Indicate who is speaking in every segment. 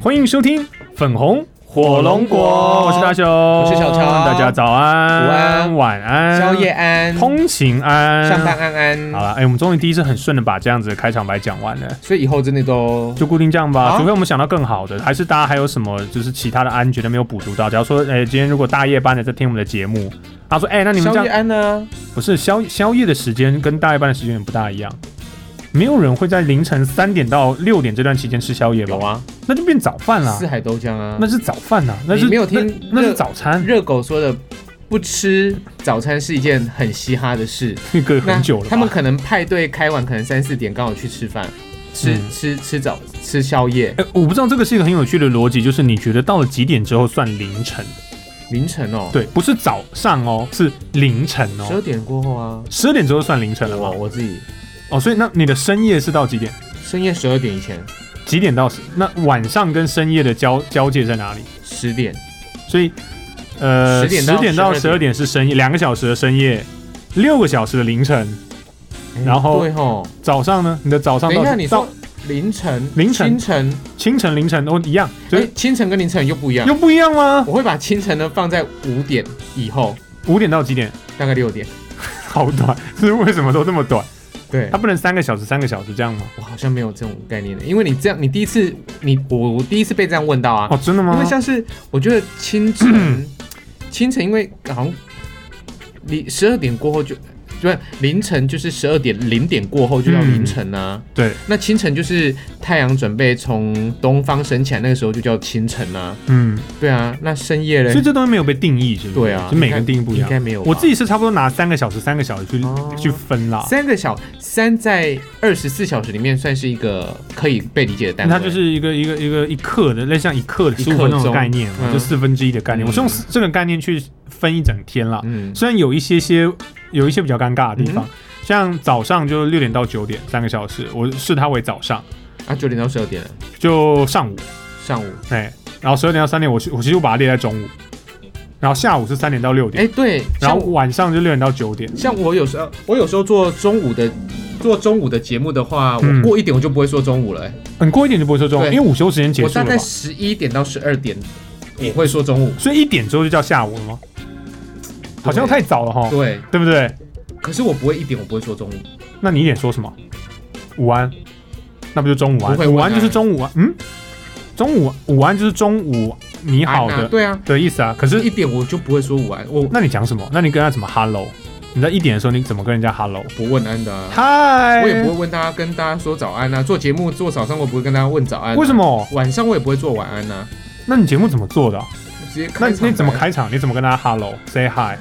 Speaker 1: 欢迎收听粉红火龙果，
Speaker 2: 火龙果
Speaker 1: 我是大雄，
Speaker 2: 我
Speaker 1: 我
Speaker 2: 是小超
Speaker 1: 大家早安、
Speaker 2: 午安
Speaker 1: 晚安、
Speaker 2: 宵夜、安，
Speaker 1: 通勤安、
Speaker 2: 上班。安安。
Speaker 1: 好了，哎、我们终于第一次很顺的把这样子的开场白讲完了。
Speaker 2: 所以以后真的都
Speaker 1: 就固定这样吧，
Speaker 2: 好
Speaker 1: 除非我们想到更好的，还是大家还有什么就是其他的安觉得没有补足到？假如说，哎、今天如果大夜班的在听我们的节目，他说，哎、那你们这样
Speaker 2: 宵夜安啊呢？
Speaker 1: 不是宵宵夜的时间跟大夜班的时间有点不大一样，没有人会在凌晨三点到六点这段期间吃宵夜吧
Speaker 2: 有？啊，
Speaker 1: 那就变早饭啦
Speaker 2: 四，海豆浆啊。
Speaker 1: 那是早饭啦，那是
Speaker 2: 没有听
Speaker 1: 那那
Speaker 2: 热
Speaker 1: 是早餐，
Speaker 2: 热狗说的不吃早餐是一件很嘻哈的事。
Speaker 1: 那个
Speaker 2: 那
Speaker 1: 很久了吧。
Speaker 2: 他们可能派对开完，可能三四点刚好去吃饭，吃、
Speaker 1: 嗯
Speaker 2: 吃吃早吃宵夜，
Speaker 1: 哎、我不知道这个是一个很有趣的逻辑，就是你觉得到了几点之后算凌晨？
Speaker 2: 凌晨哦，
Speaker 1: 对，不是早上哦，是凌晨
Speaker 2: 十二
Speaker 1: 哦，
Speaker 2: 点过后啊。
Speaker 1: 十二点之后算凌晨了
Speaker 2: 我
Speaker 1: 吗？
Speaker 2: 我自己
Speaker 1: 哦，所以那你的深夜是到几点？
Speaker 2: 深夜十二点以前，
Speaker 1: 几点到十？那晚上跟深夜的交交界在哪里？
Speaker 2: 十点
Speaker 1: 所以，呃，
Speaker 2: 10点到
Speaker 1: 10点到
Speaker 2: 12
Speaker 1: 十二点是深夜，两个小时的深夜，六个小时的凌晨。然后
Speaker 2: 哎对吼，
Speaker 1: 早上呢？你的早上
Speaker 2: 等
Speaker 1: 到
Speaker 2: 一下你
Speaker 1: 到
Speaker 2: 说凌晨
Speaker 1: 凌晨
Speaker 2: 清晨，
Speaker 1: 清晨、凌晨都哦一样，所
Speaker 2: 哎、
Speaker 1: 以
Speaker 2: 清晨跟凌晨又不一样
Speaker 1: 又。不一样吗？
Speaker 2: 我会把清晨呢放在五点以后，
Speaker 1: 五点到几点？
Speaker 2: 大概六点。
Speaker 1: 好短，是为什么都这么短？
Speaker 2: 对
Speaker 1: 它，不能三个小时、三个小时这样吗？
Speaker 2: 我好像没有这种概念的，因为你这样，你第一次，你我我第一次被这样问到啊，
Speaker 1: 哦，真的
Speaker 2: 因
Speaker 1: 吗
Speaker 2: 为？像是我觉得 清晨，清晨因为好像你十二点过后就。对，凌晨就是十二点零点过后就叫凌晨啊。
Speaker 1: 嗯对，
Speaker 2: 那清晨就是太阳准备从东方升起来，那个时候就叫清晨啊。
Speaker 1: 嗯，
Speaker 2: 对啊，那深夜
Speaker 1: 所以
Speaker 2: 嘞？
Speaker 1: 这东西没有被定义，是不是？
Speaker 2: 对啊
Speaker 1: 就每个人定义不一
Speaker 2: 应
Speaker 1: 样。
Speaker 2: 该没有吧。
Speaker 1: 我自己是差不多拿三个小时、三个小时去、
Speaker 2: 哦
Speaker 1: 去分啦。
Speaker 2: 三个小三在二十四小时里面算是一个可以被理解的单
Speaker 1: 那
Speaker 2: 位。
Speaker 1: 它就是一个一个一个一克的，类似像一克的
Speaker 2: 一
Speaker 1: 十
Speaker 2: 克
Speaker 1: 五分钟的
Speaker 2: 钟
Speaker 1: 概念嘛，
Speaker 2: 嗯
Speaker 1: 就四分之一的概念。
Speaker 2: 嗯
Speaker 1: 我是用这个概念去分一整天啦，
Speaker 2: 嗯，
Speaker 1: 虽然有一些些有一些比较尴尬的地方，像早上就六点到九点三个小时，我视它为早上，
Speaker 2: 啊，九点到十二点了，
Speaker 1: 就上午
Speaker 2: 上午。
Speaker 1: 哎，然后十二点到三点，我是我其实我把它列在中午，然后下午是三点到六点，
Speaker 2: 哎、对，
Speaker 1: 然
Speaker 2: 像
Speaker 1: 后
Speaker 2: 我
Speaker 1: 晚上就六点到九点。
Speaker 2: 像我有时候我有时候做中午的做中午的节目的话，
Speaker 1: 嗯
Speaker 2: 我过一点我就不会说中午了、哎
Speaker 1: 很嗯过一点就不会说中午，因
Speaker 2: 对
Speaker 1: 为午休时间结
Speaker 2: 我
Speaker 1: 束
Speaker 2: 大
Speaker 1: 了
Speaker 2: 概
Speaker 1: 嘛，
Speaker 2: 十一点到十二点我会说中午。
Speaker 1: 所以一点之后就叫下午了吗？好像太早了哈，
Speaker 2: 对，
Speaker 1: 对不对？
Speaker 2: 可是我不会一点，我不会说中午。
Speaker 1: 那你一点说什么？午安，那不就中午安
Speaker 2: 不？会
Speaker 1: 午
Speaker 2: 晚啊
Speaker 1: 安
Speaker 2: 安
Speaker 1: 就是中午安，嗯，中午午安就是中午你好
Speaker 2: 安啊
Speaker 1: 的
Speaker 2: 对啊，
Speaker 1: 的意思啊。可是
Speaker 2: 一点我就不会说午安，我
Speaker 1: 那你讲什么？那你跟他怎么 hello？你在一点的时候你怎么跟人家 hello？
Speaker 2: 不问安的、啊。
Speaker 1: 嗨，
Speaker 2: 我也不会问大家跟大家说早安啊，做节目做早上我不会跟大家问早安、啊
Speaker 1: 为什？么？
Speaker 2: 晚上我也不会做晚安啊呐、
Speaker 1: 那你节目怎么做的啊、
Speaker 2: 直接
Speaker 1: 那
Speaker 2: 开场
Speaker 1: 那怎么
Speaker 2: 白
Speaker 1: 开场？你怎么跟大家 hello？say hi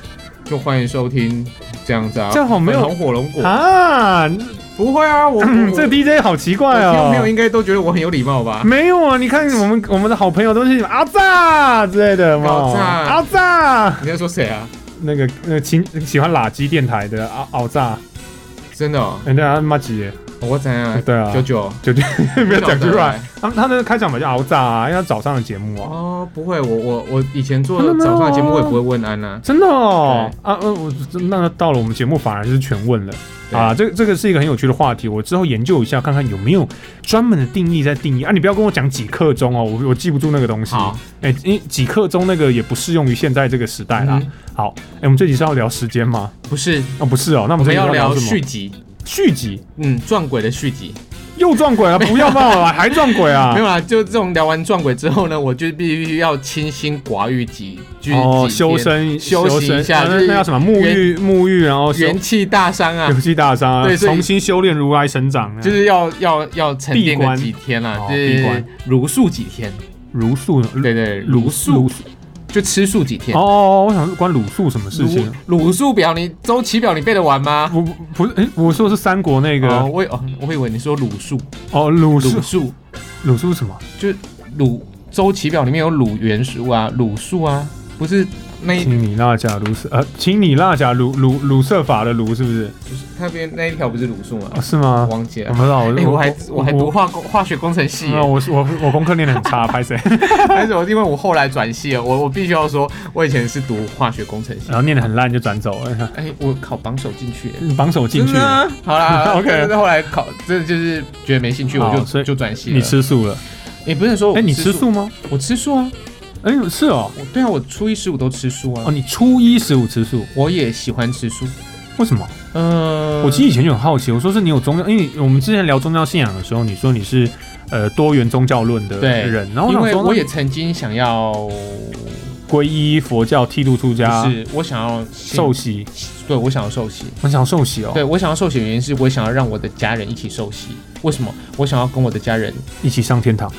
Speaker 2: 就欢迎收听这样子啊，
Speaker 1: 这样好没有
Speaker 2: 粉红火龙果，
Speaker 1: 啊？
Speaker 2: 不 会啊，我
Speaker 1: 嗯这个 DJ 好奇怪
Speaker 2: 我听
Speaker 1: 哦
Speaker 2: 众朋友。应该都觉得我很有礼貌 吧？
Speaker 1: 没有啊，你看我们我们的好朋友都是阿炸之类的嘛
Speaker 2: 高，炸
Speaker 1: 阿炸
Speaker 2: 你在说谁啊？
Speaker 1: 那个那个喜喜欢垃圾电台的阿奥炸，
Speaker 2: 真的、哦，
Speaker 1: 人家妈几
Speaker 2: 我怎样？
Speaker 1: 对啊
Speaker 2: 九，九，
Speaker 1: 就 就不要讲出
Speaker 2: 不晓得
Speaker 1: 来
Speaker 2: 欸。
Speaker 1: 他们他的开场白叫熬炸啊，因为他早上的节目啊，
Speaker 2: 哦，不会，我我我以前做
Speaker 1: 真的没有
Speaker 2: 早上的节目，
Speaker 1: 啊
Speaker 2: 我也不会问安呐、
Speaker 1: 真的哦啊呃我那到了我们节目反而是全问了。
Speaker 2: 对
Speaker 1: 啊，这这个是一个很有趣的话题，我之后研究一下，看看有没有专门的定义在定义啊。你不要跟我讲几克钟哦，我我记不住那个东西。
Speaker 2: 好，
Speaker 1: 哎、因为几克钟那个也不适用于现在这个时代啦。
Speaker 2: 嗯
Speaker 1: 好，哎、我们这集是要聊时间吗？
Speaker 2: 不是，
Speaker 1: 哦，不是哦，那我
Speaker 2: 我
Speaker 1: 们这
Speaker 2: 们
Speaker 1: 集
Speaker 2: 要聊
Speaker 1: 什么？
Speaker 2: 续集，
Speaker 1: 续集
Speaker 2: 嗯，撞鬼的续集。
Speaker 1: 又撞 鬼了，不要闹了，还撞鬼啊
Speaker 2: 没？有啦，就这种聊完撞鬼之后呢，我就必须要清心寡欲几居
Speaker 1: 哦，
Speaker 2: 几
Speaker 1: 修
Speaker 2: 天
Speaker 1: 身
Speaker 2: 休息
Speaker 1: 身
Speaker 2: 一下
Speaker 1: 啊那
Speaker 2: 就是
Speaker 1: 那叫什么？沐浴沐浴，然后修
Speaker 2: 元气大伤啊
Speaker 1: 游，戏大伤啊，
Speaker 2: 对所以
Speaker 1: 重新修炼如来神掌啊，
Speaker 2: 就是要要要沉淀
Speaker 1: 闭关
Speaker 2: 个几天啦、
Speaker 1: 哦
Speaker 2: 就
Speaker 1: 闭
Speaker 2: 是
Speaker 1: 关哦
Speaker 2: 茹素几天，
Speaker 1: 茹素，
Speaker 2: 对对，
Speaker 1: 茹
Speaker 2: 茹
Speaker 1: 素
Speaker 2: 素就吃素几天。
Speaker 1: 哦哦，我想说关鲁肃什么事
Speaker 2: 茹
Speaker 1: 情？
Speaker 2: 茹素表你周期表你背得完吗？
Speaker 1: 不不是，哎，我说的是三国那
Speaker 2: 哦，
Speaker 1: 个
Speaker 2: 我以哦，我以为你说卤素，
Speaker 1: 哦，鲁肃
Speaker 2: 卤素
Speaker 1: 鲁肃什么？
Speaker 2: 就是卤周期表里面有卤元素啊，卤素啊，不是那一
Speaker 1: 请你纳甲卢瑟呃，请你纳甲鲁鲁鲁瑟法的鲁是不是？
Speaker 2: 那边那一条不是卤素吗
Speaker 1: 啊，？是吗？
Speaker 2: 忘记
Speaker 1: 我
Speaker 2: 了。
Speaker 1: 不知道，
Speaker 2: 哎、我还我还读化工化学工程系耶
Speaker 1: 啊，，我我我功课练得很 差，拍谁？
Speaker 2: 但是我因为我后来转系了，我我必须要说，我以前是读化学工程系
Speaker 1: 然。后念得很烂就转走了，
Speaker 2: 哎、我考榜首进去耶。
Speaker 1: 榜首进去
Speaker 2: 真
Speaker 1: 了。
Speaker 2: 的啊好啦
Speaker 1: OK
Speaker 2: 但是后来考，真的就是觉得没兴趣，
Speaker 1: 好
Speaker 2: 我
Speaker 1: 所以
Speaker 2: 就就转系了。
Speaker 1: 你吃素了，
Speaker 2: 也不是说我
Speaker 1: 哎、你吃
Speaker 2: 哦吃，
Speaker 1: 素吗？
Speaker 2: 我吃素啊，
Speaker 1: 哎、是哦，
Speaker 2: 我对啊，我初一十五都吃素啊，
Speaker 1: 哦，你初一十五吃素，
Speaker 2: 我也喜欢吃素。
Speaker 1: 为什么？
Speaker 2: 呃，
Speaker 1: 我其实以前就很好奇，我说是你有宗教，因为我们之前聊宗教信仰的时候，你说你是呃多元宗教论的
Speaker 2: 对
Speaker 1: 人，然后
Speaker 2: 因
Speaker 1: 想
Speaker 2: 为
Speaker 1: 说
Speaker 2: 我也曾经想要，
Speaker 1: 皈依佛教、剃度出家
Speaker 2: 就、是我想要信
Speaker 1: 啊受，洗，
Speaker 2: 对我想要受洗。
Speaker 1: 我想受洗哦，
Speaker 2: 对我想要受洗的原因是我想要让我的家人一起受洗。为什么？我想要跟我的家人
Speaker 1: 一起上天堂。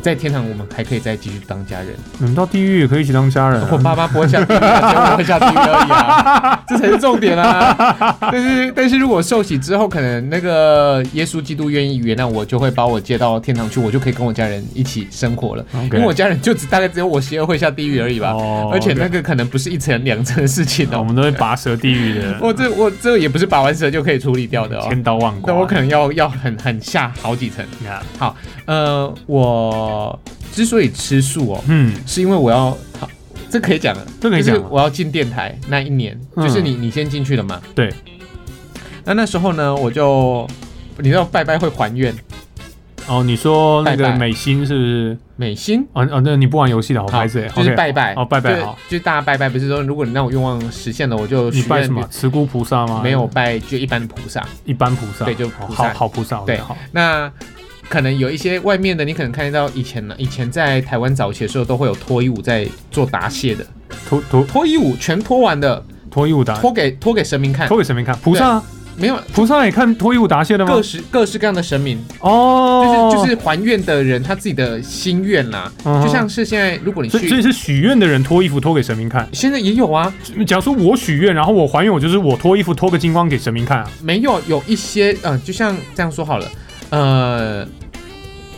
Speaker 2: 在天堂，我们还可以再继续当家人。
Speaker 1: 你们到地狱也可以一起当家人、啊
Speaker 2: 我爸妈不会下地狱啊，结果我会下地狱而已 啊，这才是重点啊。但是，但是如果受洗之后，可能那个耶稣基督愿意原谅我，就会把我接到天堂去，我就可以跟我家人一起生活了。
Speaker 1: OK
Speaker 2: 因为我家人就只大概只有我邪恶会下地狱而已吧，
Speaker 1: 哦
Speaker 2: 而且
Speaker 1: OK
Speaker 2: 那个可能不是一层两层的事情
Speaker 1: 我
Speaker 2: 哦。
Speaker 1: 们都会拔舌地狱的，
Speaker 2: 我这我这也不是拔完舌就可以处理掉的哦。
Speaker 1: 千刀万剐。
Speaker 2: 那我可能要要很很下好几层。
Speaker 1: 你看，
Speaker 2: 呃，我之所以吃素哦，
Speaker 1: 嗯，
Speaker 2: 是因为我要，好这可以讲了，
Speaker 1: 这可以讲
Speaker 2: 就是
Speaker 1: 吗
Speaker 2: 我要进电台那一年，
Speaker 1: 嗯
Speaker 2: 就是你你先进去了嘛。
Speaker 1: 对。
Speaker 2: 那那时候呢，我就你知道拜拜会还愿，
Speaker 1: 哦，你说那
Speaker 2: 拜
Speaker 1: 个
Speaker 2: 拜
Speaker 1: 美心是不是？
Speaker 2: 美心。
Speaker 1: 哦哦，那你不玩游戏的，好
Speaker 2: 好
Speaker 1: 拍子，
Speaker 2: 就是拜
Speaker 1: OK，
Speaker 2: 拜
Speaker 1: 哦拜拜
Speaker 2: 就
Speaker 1: 好
Speaker 2: 就是大家拜拜，不是说如果你让我愿望实现了，我就
Speaker 1: 你
Speaker 2: 许
Speaker 1: 拜
Speaker 2: 愿
Speaker 1: 什么？慈姑菩萨吗？
Speaker 2: 没有，拜就一般的菩萨。
Speaker 1: 一般菩萨。
Speaker 2: 对就
Speaker 1: 好
Speaker 2: 菩萨
Speaker 1: 好好菩萨。OK，
Speaker 2: 对
Speaker 1: 好，
Speaker 2: 那可能有一些外面的，你可能看得到以前呢，以前在台湾早期的时候都会有脱衣舞在做答谢的，
Speaker 1: 脱脱
Speaker 2: 脱衣舞全脱完的，
Speaker 1: 脱衣舞达，
Speaker 2: 脱给脱给神明看，
Speaker 1: 啊脱给神明看。菩萨啊，
Speaker 2: 没有
Speaker 1: 菩萨也看脱衣舞答谢的吗
Speaker 2: 各？式各式各样的神明，
Speaker 1: 哦，
Speaker 2: 就是就是还愿的人他自己的心愿啦，
Speaker 1: 嗯哼
Speaker 2: 就像是现在如果你
Speaker 1: 所以所以是
Speaker 2: 去，
Speaker 1: 许愿的人脱衣服脱给神明看。
Speaker 2: 现在也有啊，
Speaker 1: 假如说我许愿，然后我还愿，我就是我脱衣服脱个精光给神明看啊。
Speaker 2: 没有有一些嗯、呃就像这样说好了，呃。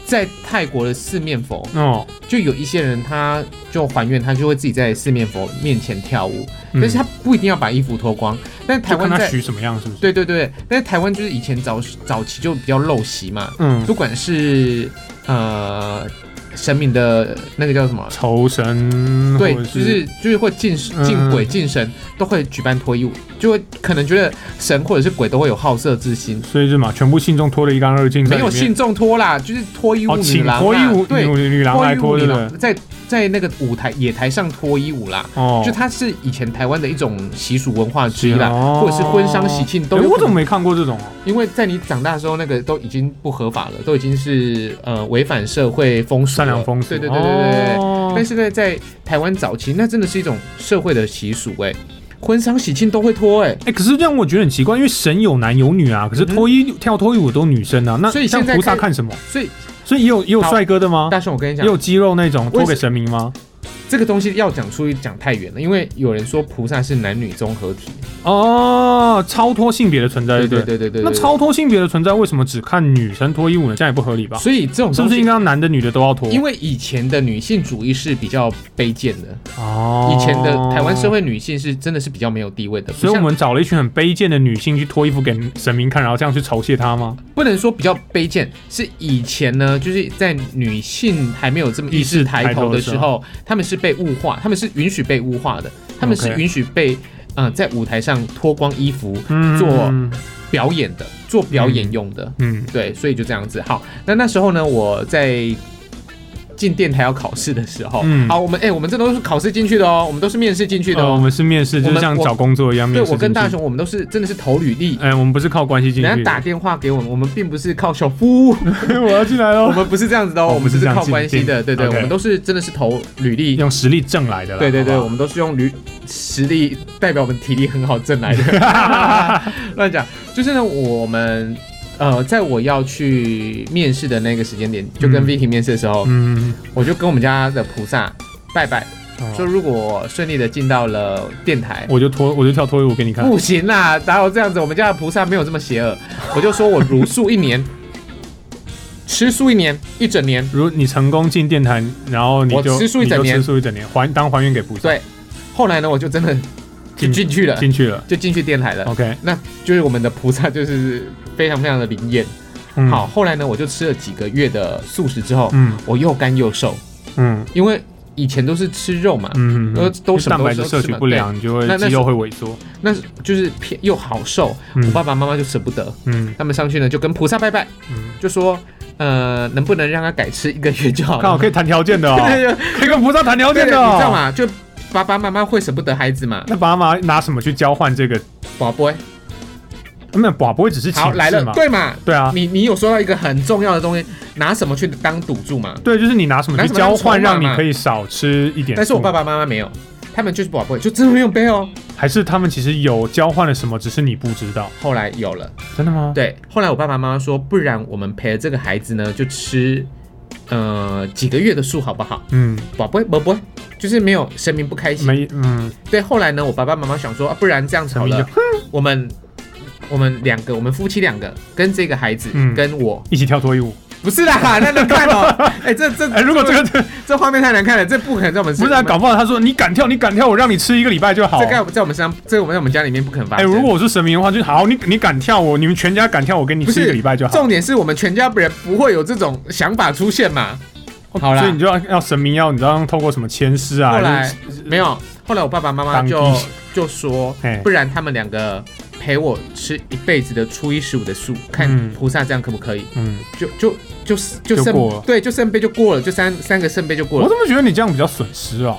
Speaker 2: 在泰国的四面佛，
Speaker 1: 哦，
Speaker 2: 就有一些人，他就还愿，他就会自己在四面佛面前跳舞，但是他不一定要把衣服脱光。但是台
Speaker 1: 嗯就看
Speaker 2: 湾
Speaker 1: 他
Speaker 2: 在
Speaker 1: 许什么样，是不是？，
Speaker 2: 对对对，但是台湾就是以前早早期就比较陋习嘛，
Speaker 1: 嗯，
Speaker 2: 不管是呃神明的那个叫什么，
Speaker 1: 酬神，
Speaker 2: 对，
Speaker 1: 或者
Speaker 2: 就是就是会敬敬鬼敬神，都会举办脱衣舞，就会可能觉得神或者是鬼都会有好色之心，
Speaker 1: 所以是嘛，全部信众脱得一干二净，在
Speaker 2: 没
Speaker 1: 里
Speaker 2: 有
Speaker 1: 面
Speaker 2: 信众脱啦，就是脱衣舞
Speaker 1: 哦，
Speaker 2: 女
Speaker 1: 请
Speaker 2: 郎啦，啊
Speaker 1: 脱衣舞
Speaker 2: 对，
Speaker 1: 女女郎来脱
Speaker 2: 脱衣
Speaker 1: 对
Speaker 2: 舞女
Speaker 1: 不
Speaker 2: 郎
Speaker 1: 对？
Speaker 2: 在在那个舞台野台上脱衣舞啦。
Speaker 1: 哦，
Speaker 2: 就它是以前台湾的一种习俗文化之一啦，
Speaker 1: 哦
Speaker 2: 或者是婚丧喜庆都
Speaker 1: 诶
Speaker 2: 有
Speaker 1: 我
Speaker 2: 可
Speaker 1: 怎
Speaker 2: 能。
Speaker 1: 么没看过这种啊？
Speaker 2: 因为在你长大之后，那个都已经不合法了，都已经是呃违反社会风俗了、
Speaker 1: 善良风俗，
Speaker 2: 对对对对对对对。
Speaker 1: 哦
Speaker 2: 但是呢，在台湾早期，那真的是一种社会的习俗哎、婚丧喜庆都会脱哎、
Speaker 1: 哎、可是让我觉得很奇怪，因为神有男有女啊，可是脱衣、跳脱衣舞都女生啊，那
Speaker 2: 嗯所以
Speaker 1: 像
Speaker 2: 现在
Speaker 1: 菩萨
Speaker 2: 看
Speaker 1: 看什么？
Speaker 2: 所以
Speaker 1: 所以也有也有
Speaker 2: 好
Speaker 1: 帅哥的吗？
Speaker 2: 大雄，我跟你
Speaker 1: 也
Speaker 2: 讲，
Speaker 1: 有肌肉那种脱
Speaker 2: 为
Speaker 1: 给
Speaker 2: 什
Speaker 1: 神明吗？
Speaker 2: 这个东西要讲出去讲太远了，因为有人说菩萨是男女综合体，
Speaker 1: 哦，超脱性别的存在，
Speaker 2: 对
Speaker 1: 对
Speaker 2: 对
Speaker 1: 不对。
Speaker 2: 对对对。
Speaker 1: 那
Speaker 2: 对，
Speaker 1: 超脱性别的存在，为什么只看女生脱衣舞呢？这样也不合理吧？
Speaker 2: 所以这种
Speaker 1: 是不
Speaker 2: 东
Speaker 1: 是应
Speaker 2: 西，
Speaker 1: 该男的女的都要脱？
Speaker 2: 因为以前的女性主义是比较卑贱的，
Speaker 1: 哦，
Speaker 2: 以前的台湾社，会女性是真的是比较没有地位的，
Speaker 1: 所以
Speaker 2: 不
Speaker 1: 我
Speaker 2: 像
Speaker 1: 们找了一群很卑贱的女性去脱衣服给神明看，然后这样去酬谢他吗？
Speaker 2: 不能说比较卑贱，是以前呢，就是在女性还没有这么意识抬头的时候，她们是被物化，她们是允许被物化的，她们是
Speaker 1: OK
Speaker 2: 允许被呃在舞台上脱光衣服
Speaker 1: 嗯，
Speaker 2: 做表演的，做表演用的。
Speaker 1: 嗯，
Speaker 2: 对，所以就这样子。好，那那时候呢，我在。进电台要考试的时候，
Speaker 1: 嗯
Speaker 2: 好，我们哎、我们这都是考试进去的哦，我们都是面试进去的
Speaker 1: 呃，我
Speaker 2: 哦。
Speaker 1: 们是面试，
Speaker 2: 我
Speaker 1: 就
Speaker 2: 们
Speaker 1: 是像找工作一样
Speaker 2: 对，
Speaker 1: 面试进
Speaker 2: 我
Speaker 1: 去。
Speaker 2: 跟大雄，我们都是真的是投履历，
Speaker 1: 哎，我们不是靠关系进
Speaker 2: 人
Speaker 1: 去
Speaker 2: 家打
Speaker 1: 的，
Speaker 2: 电话给我们，我们并不是靠小夫。
Speaker 1: 我要进来
Speaker 2: 我
Speaker 1: 喽，
Speaker 2: 们不是这样子的哦，
Speaker 1: 哦
Speaker 2: 我们
Speaker 1: 不是
Speaker 2: 是
Speaker 1: 这样
Speaker 2: 靠关系的，
Speaker 1: 进
Speaker 2: 对对，
Speaker 1: OK
Speaker 2: 我们都是真的是投履历，
Speaker 1: 用实力挣来的啦。
Speaker 2: 对对对，
Speaker 1: 好不好
Speaker 2: 我们都是用履实力代表我们体力很好挣 来的。乱讲，就是呢，我们呃，在我要去面试的那个时间点，就跟
Speaker 1: 嗯
Speaker 2: Vicky 面试的时候，
Speaker 1: 嗯，
Speaker 2: 我就跟我们家的菩萨拜拜，
Speaker 1: 哦
Speaker 2: 说如果顺利的进到了电台。
Speaker 1: 我就脱，我就跳脱衣舞给你看。
Speaker 2: 不行啦，哪有这样子？我们家的菩萨没有这么邪恶。我就说我茹素一年， 吃素一年，一整年，
Speaker 1: 如你成功进电台，然后你
Speaker 2: 我
Speaker 1: 就
Speaker 2: 吃素一整年
Speaker 1: 你就吃素一整年，还当还原给菩萨。
Speaker 2: 对后来呢，我就真的就
Speaker 1: 进
Speaker 2: 进去了，
Speaker 1: 进哦去了。
Speaker 2: 就进去电台了。
Speaker 1: OK，
Speaker 2: 那就是我们的菩萨就是非常非常的灵验。
Speaker 1: 嗯
Speaker 2: 好，，后来呢，我就吃了几个月的素食之后，
Speaker 1: 嗯
Speaker 2: 我又干又瘦，
Speaker 1: 嗯
Speaker 2: 因为以前都是吃肉嘛，
Speaker 1: 嗯，嗯
Speaker 2: 都都什么
Speaker 1: 蛋白质
Speaker 2: 都
Speaker 1: 摄取不良，你就会
Speaker 2: 那那
Speaker 1: 肌肉会萎缩。
Speaker 2: 那就是偏又好瘦，
Speaker 1: 嗯
Speaker 2: 我爸爸妈妈就舍不得，
Speaker 1: 嗯
Speaker 2: 他们上去呢就跟菩萨拜拜，
Speaker 1: 嗯
Speaker 2: 就说呃，能不能让他改吃一个月就好
Speaker 1: 看
Speaker 2: 了
Speaker 1: 我？可以谈条件的哦，
Speaker 2: 对对
Speaker 1: 可以跟菩萨谈条
Speaker 2: 对，
Speaker 1: 件
Speaker 2: 你知
Speaker 1: 的哦，
Speaker 2: 道吗？就爸爸妈妈会舍不得孩子嘛，
Speaker 1: 那爸妈拿什么去交换这个？
Speaker 2: 宝贝，
Speaker 1: 那宝不会只是
Speaker 2: 好
Speaker 1: 情
Speaker 2: 来
Speaker 1: 绪
Speaker 2: 了
Speaker 1: 嘛？，
Speaker 2: 对嘛？
Speaker 1: 对啊，
Speaker 2: 你你有说到一个很重要的东西，拿什么去当赌注嘛？
Speaker 1: 对，就是你拿什么去交换，
Speaker 2: 拿什么当筹码
Speaker 1: 让
Speaker 2: 嘛
Speaker 1: 你可以少吃一点醋。
Speaker 2: 但是我爸爸妈妈没有，他们就是宝贝，就真的没有背哦。
Speaker 1: 还是他们其实有交换了什么，只是你不知道，
Speaker 2: 后来有了，
Speaker 1: 真的吗？
Speaker 2: 对，后来我爸爸妈妈说，不然我们陪着这个孩子呢，就吃呃几个月的素好不好？
Speaker 1: 嗯，
Speaker 2: 宝贝，宝贝，就是没有神明不开心。
Speaker 1: 没，嗯，
Speaker 2: 对，后来呢，我爸爸妈妈想说，啊、不然这样子好
Speaker 1: 陈明
Speaker 2: 了
Speaker 1: 就，
Speaker 2: 我们我们两个，我们夫妻两个跟这个孩子，
Speaker 1: 嗯
Speaker 2: 跟我，
Speaker 1: 一起跳脱衣舞。
Speaker 2: 不是啦，那 能看哦、哎、这这，
Speaker 1: 哎，如果这个
Speaker 2: 这画面太难看了，这不可能在我们
Speaker 1: 不是
Speaker 2: 我
Speaker 1: 啊，
Speaker 2: 们
Speaker 1: 搞不好他说你敢跳，你敢跳，我让你吃一个礼拜就好
Speaker 2: 这。个在我们身上，这个我们在我们家里面不可能发
Speaker 1: 哎，
Speaker 2: 生。
Speaker 1: 如果我是神明的话，就好，你你敢跳我，你们全家敢跳，我给你
Speaker 2: 不
Speaker 1: 吃一
Speaker 2: 是
Speaker 1: 个礼拜就好。
Speaker 2: 重点是我们全家人不会有这种想法出现嘛？好啦
Speaker 1: 所以你就要要神明要你知道透过什么签诗啊，
Speaker 2: 后
Speaker 1: 还
Speaker 2: 来
Speaker 1: 是
Speaker 2: 没有，后来我爸爸妈妈
Speaker 1: 当地
Speaker 2: 就就说
Speaker 1: 嘿，
Speaker 2: 不然他们两个陪我吃一辈子的初一十五的素，看
Speaker 1: 嗯
Speaker 2: 菩萨这样可不可以？
Speaker 1: 嗯，
Speaker 2: 就就就就
Speaker 1: 就
Speaker 2: 圣
Speaker 1: 过了
Speaker 2: 对，就圣杯就过了，就三三个圣杯就过
Speaker 1: 我
Speaker 2: 了。
Speaker 1: 怎么觉得你这样比较损失啊？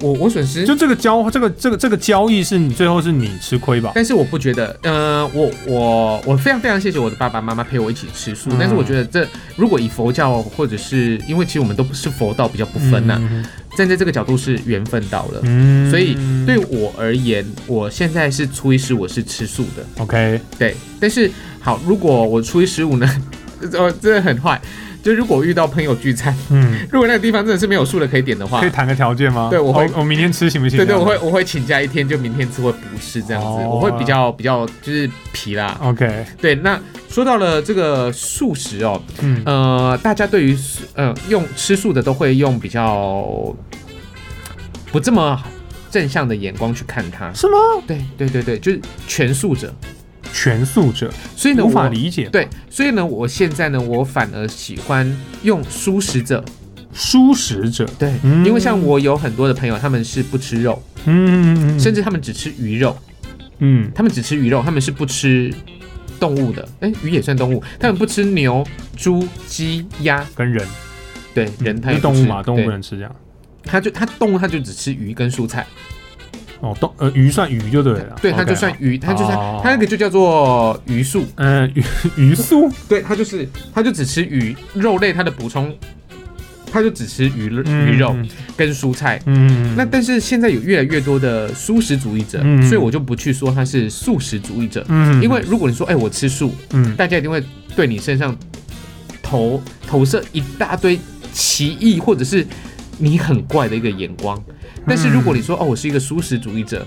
Speaker 2: 我我损失
Speaker 1: 就，这个交这个这个这个交易是你最后是你吃亏吧？
Speaker 2: 但是我不觉得，呃，我我我非常非常谢谢我的爸爸妈妈陪我一起吃素，
Speaker 1: 嗯
Speaker 2: 但是我觉得这如果以佛教或者是因为其实我们都不是佛道比较不分呐、
Speaker 1: 嗯
Speaker 2: 站在这个角度是缘分到了。
Speaker 1: 嗯
Speaker 2: 啊所以对我而言，我现在是初一十五是吃素的，
Speaker 1: OK，
Speaker 2: 对。但是好，如果我初一十五呢， 呃，真的很坏。就如果遇到朋友聚餐，
Speaker 1: 嗯，
Speaker 2: 如果那个地方真的是没有素的可以点的话
Speaker 1: 可以，谈个条件吗？哦
Speaker 2: 对我会
Speaker 1: 我明天吃行不行？
Speaker 2: 对对，我会我会请假一天，就明天吃或不是这样子，
Speaker 1: 哦
Speaker 2: 我会比较比较就是皮啦。
Speaker 1: OK，
Speaker 2: 对，那说到了这个素食哦，
Speaker 1: 嗯，
Speaker 2: 呃，大家对于素呃用吃素的都会用比较不这么正向的眼光去看它。
Speaker 1: 是吗？
Speaker 2: 对对对对，就是全素者。
Speaker 1: 全素者
Speaker 2: 所以呢，
Speaker 1: 无法
Speaker 2: 我
Speaker 1: 理解，，
Speaker 2: 对，所以呢，我现在呢，我反而喜欢用素食者。
Speaker 1: 素食者，
Speaker 2: 对，
Speaker 1: 嗯
Speaker 2: 因为像我有很多的朋友，他们是不吃肉，
Speaker 1: 嗯，
Speaker 2: 甚至他们只吃鱼肉。
Speaker 1: 嗯
Speaker 2: 他们只吃鱼肉，他们是不吃动物的。哎、鱼也算动物，他们不吃牛、猪、鸡、鸭，
Speaker 1: 跟人嗯
Speaker 2: 对，人他也
Speaker 1: 是
Speaker 2: 不
Speaker 1: 动
Speaker 2: 吃
Speaker 1: 物嘛，动物不
Speaker 2: 对
Speaker 1: 能吃这样。
Speaker 2: 他就他动物他就只吃鱼跟蔬菜，
Speaker 1: 哦，动呃鱼算鱼就对了，
Speaker 2: 对，
Speaker 1: OK，
Speaker 2: 他就算鱼，他就算
Speaker 1: 哦
Speaker 2: 他那个就叫做鱼素，
Speaker 1: 嗯鱼 鱼素，
Speaker 2: 对，他就是他就只吃鱼肉类，他的补充，他就只吃鱼
Speaker 1: 嗯
Speaker 2: 鱼肉跟蔬菜。
Speaker 1: 嗯，
Speaker 2: 那但是现在有越来越多的素食主义者，
Speaker 1: 嗯
Speaker 2: 所以我就不去说他是素食主义者，
Speaker 1: 嗯
Speaker 2: 因为如果你说哎、我吃素，
Speaker 1: 嗯
Speaker 2: 大家一定会对你身上投投射一大堆奇异或者是你很怪的一个眼光。
Speaker 1: 嗯
Speaker 2: 但是如果你说、哦，我是一个素食主义者，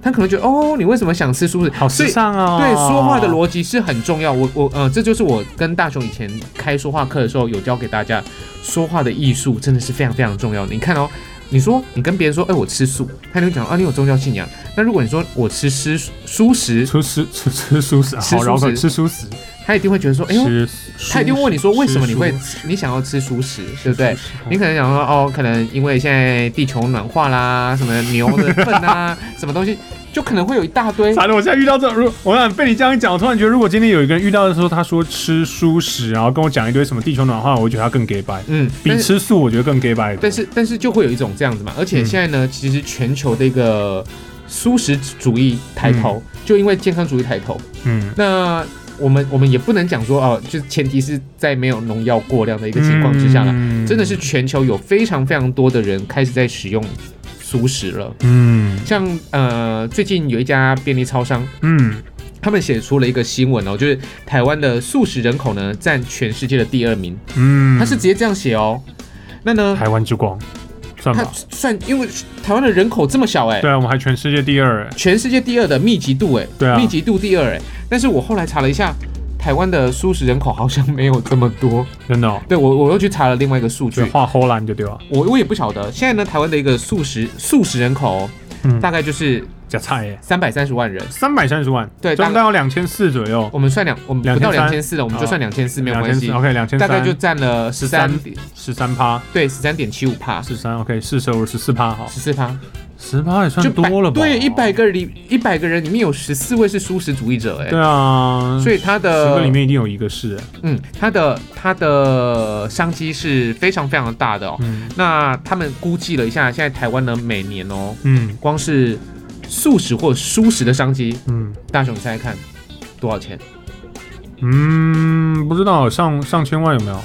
Speaker 2: 他可能觉得哦，你为什么想吃素食？
Speaker 1: 好
Speaker 2: 所
Speaker 1: 时
Speaker 2: 以
Speaker 1: 尚哦，
Speaker 2: 对说话的逻辑是很重要。我我呃，这就是我跟大雄以前开说话课的时候有教给大家，说话的艺术真的是非常非常重要的。你看哦。你说你跟别人说，哎、我吃素，他就会讲啊，你有宗教信仰。那如果你说我吃吃素食，
Speaker 1: 吃吃吃吃素食，
Speaker 2: 吃
Speaker 1: 好绕
Speaker 2: 素
Speaker 1: 口，
Speaker 2: 食
Speaker 1: 吃素食，
Speaker 2: 他一定会觉得说，哎呦，
Speaker 1: 吃，
Speaker 2: 他一定问你说为什么你会
Speaker 1: 吃
Speaker 2: 你想要吃熟食，对不对？
Speaker 1: 素
Speaker 2: 你可能想说哦，可能因为现在地球暖化啦，什么牛的粪 啊，什么东西，就可能会有一大 堆。
Speaker 1: 哎惨了！我现在遇到这种，如我想被你这样一讲，我突然觉得，如果今天有一个人遇到的时候，他说吃素食，然后跟我讲一堆什么地球暖化，我会觉得他更 gay 白，
Speaker 2: 嗯，
Speaker 1: 比
Speaker 2: 但是
Speaker 1: 吃素我觉得更 gay 白。
Speaker 2: 但是但是就会有一种这样子嘛。而且
Speaker 1: 嗯
Speaker 2: 现在呢，其实全球的一个素食主义抬头，就因为健康主义抬头。
Speaker 1: 嗯，
Speaker 2: 那我们我们也不能讲说哦，就是前提是在没有农药过量的一个情况之下啦，
Speaker 1: 嗯
Speaker 2: 真的是，全球有非常非常多的人开始在使用素食了。
Speaker 1: 嗯
Speaker 2: 像呃，最近有一家便利超商，
Speaker 1: 嗯
Speaker 2: 他们写出了一个新闻哦，就是台湾的素食人口呢占全世界的第二名，
Speaker 1: 嗯，
Speaker 2: 他是直接这样写哦。那呢，
Speaker 1: 台湾之光，算
Speaker 2: 他
Speaker 1: 吧，
Speaker 2: 算因为台湾的人口这么小哎、
Speaker 1: 对啊，我们还全世界第二，哎
Speaker 2: 全世界第二的密集度哎、
Speaker 1: 对啊
Speaker 2: 密集度第二哎、但是我后来查了一下。台湾的素食人口好像没有这么多，
Speaker 1: 真的哦，
Speaker 2: 对我我又去查了另外一个数
Speaker 1: 就
Speaker 2: 据，
Speaker 1: 画齁烂就对了，
Speaker 2: 我我也不晓得。现在呢，台湾的一个素食素食人口、哦
Speaker 1: 嗯
Speaker 2: 大概就是
Speaker 1: 假菜哎，
Speaker 2: 三百三十万人，
Speaker 1: 三百三十万，
Speaker 2: 对
Speaker 1: 中
Speaker 2: 大
Speaker 1: 概有两千四左右，
Speaker 2: 我们算两，我们不到两千
Speaker 1: 2300
Speaker 2: 四了，我们就算两千四没有
Speaker 1: 两
Speaker 2: 关
Speaker 1: 千
Speaker 2: 系
Speaker 1: 四。，OK，两千
Speaker 2: 大
Speaker 1: 三，
Speaker 2: 概就占了十三
Speaker 1: 13，十三趴，
Speaker 2: 对，十三点七五帕，
Speaker 1: 十三，OK，四舍五十四趴，好，
Speaker 2: 十四趴，
Speaker 1: 十八也
Speaker 2: 就
Speaker 1: 算
Speaker 2: 百
Speaker 1: 多了吧？
Speaker 2: 对，一百个里一百个人里面有十四位是素食主义者、哎
Speaker 1: 对，啊，
Speaker 2: 所
Speaker 1: 以
Speaker 2: 以他
Speaker 1: 十
Speaker 2: 的
Speaker 1: 个里面一定有一个是，
Speaker 2: 嗯，它的它的商机是非常非常大的哦。
Speaker 1: 嗯
Speaker 2: 那他们估计了一下，现在台湾呢每年哦，
Speaker 1: 嗯
Speaker 2: 光是素食或蔬食的商机，
Speaker 1: 嗯
Speaker 2: 大雄你猜猜看多少钱？
Speaker 1: 嗯，不知道上上千万有没有？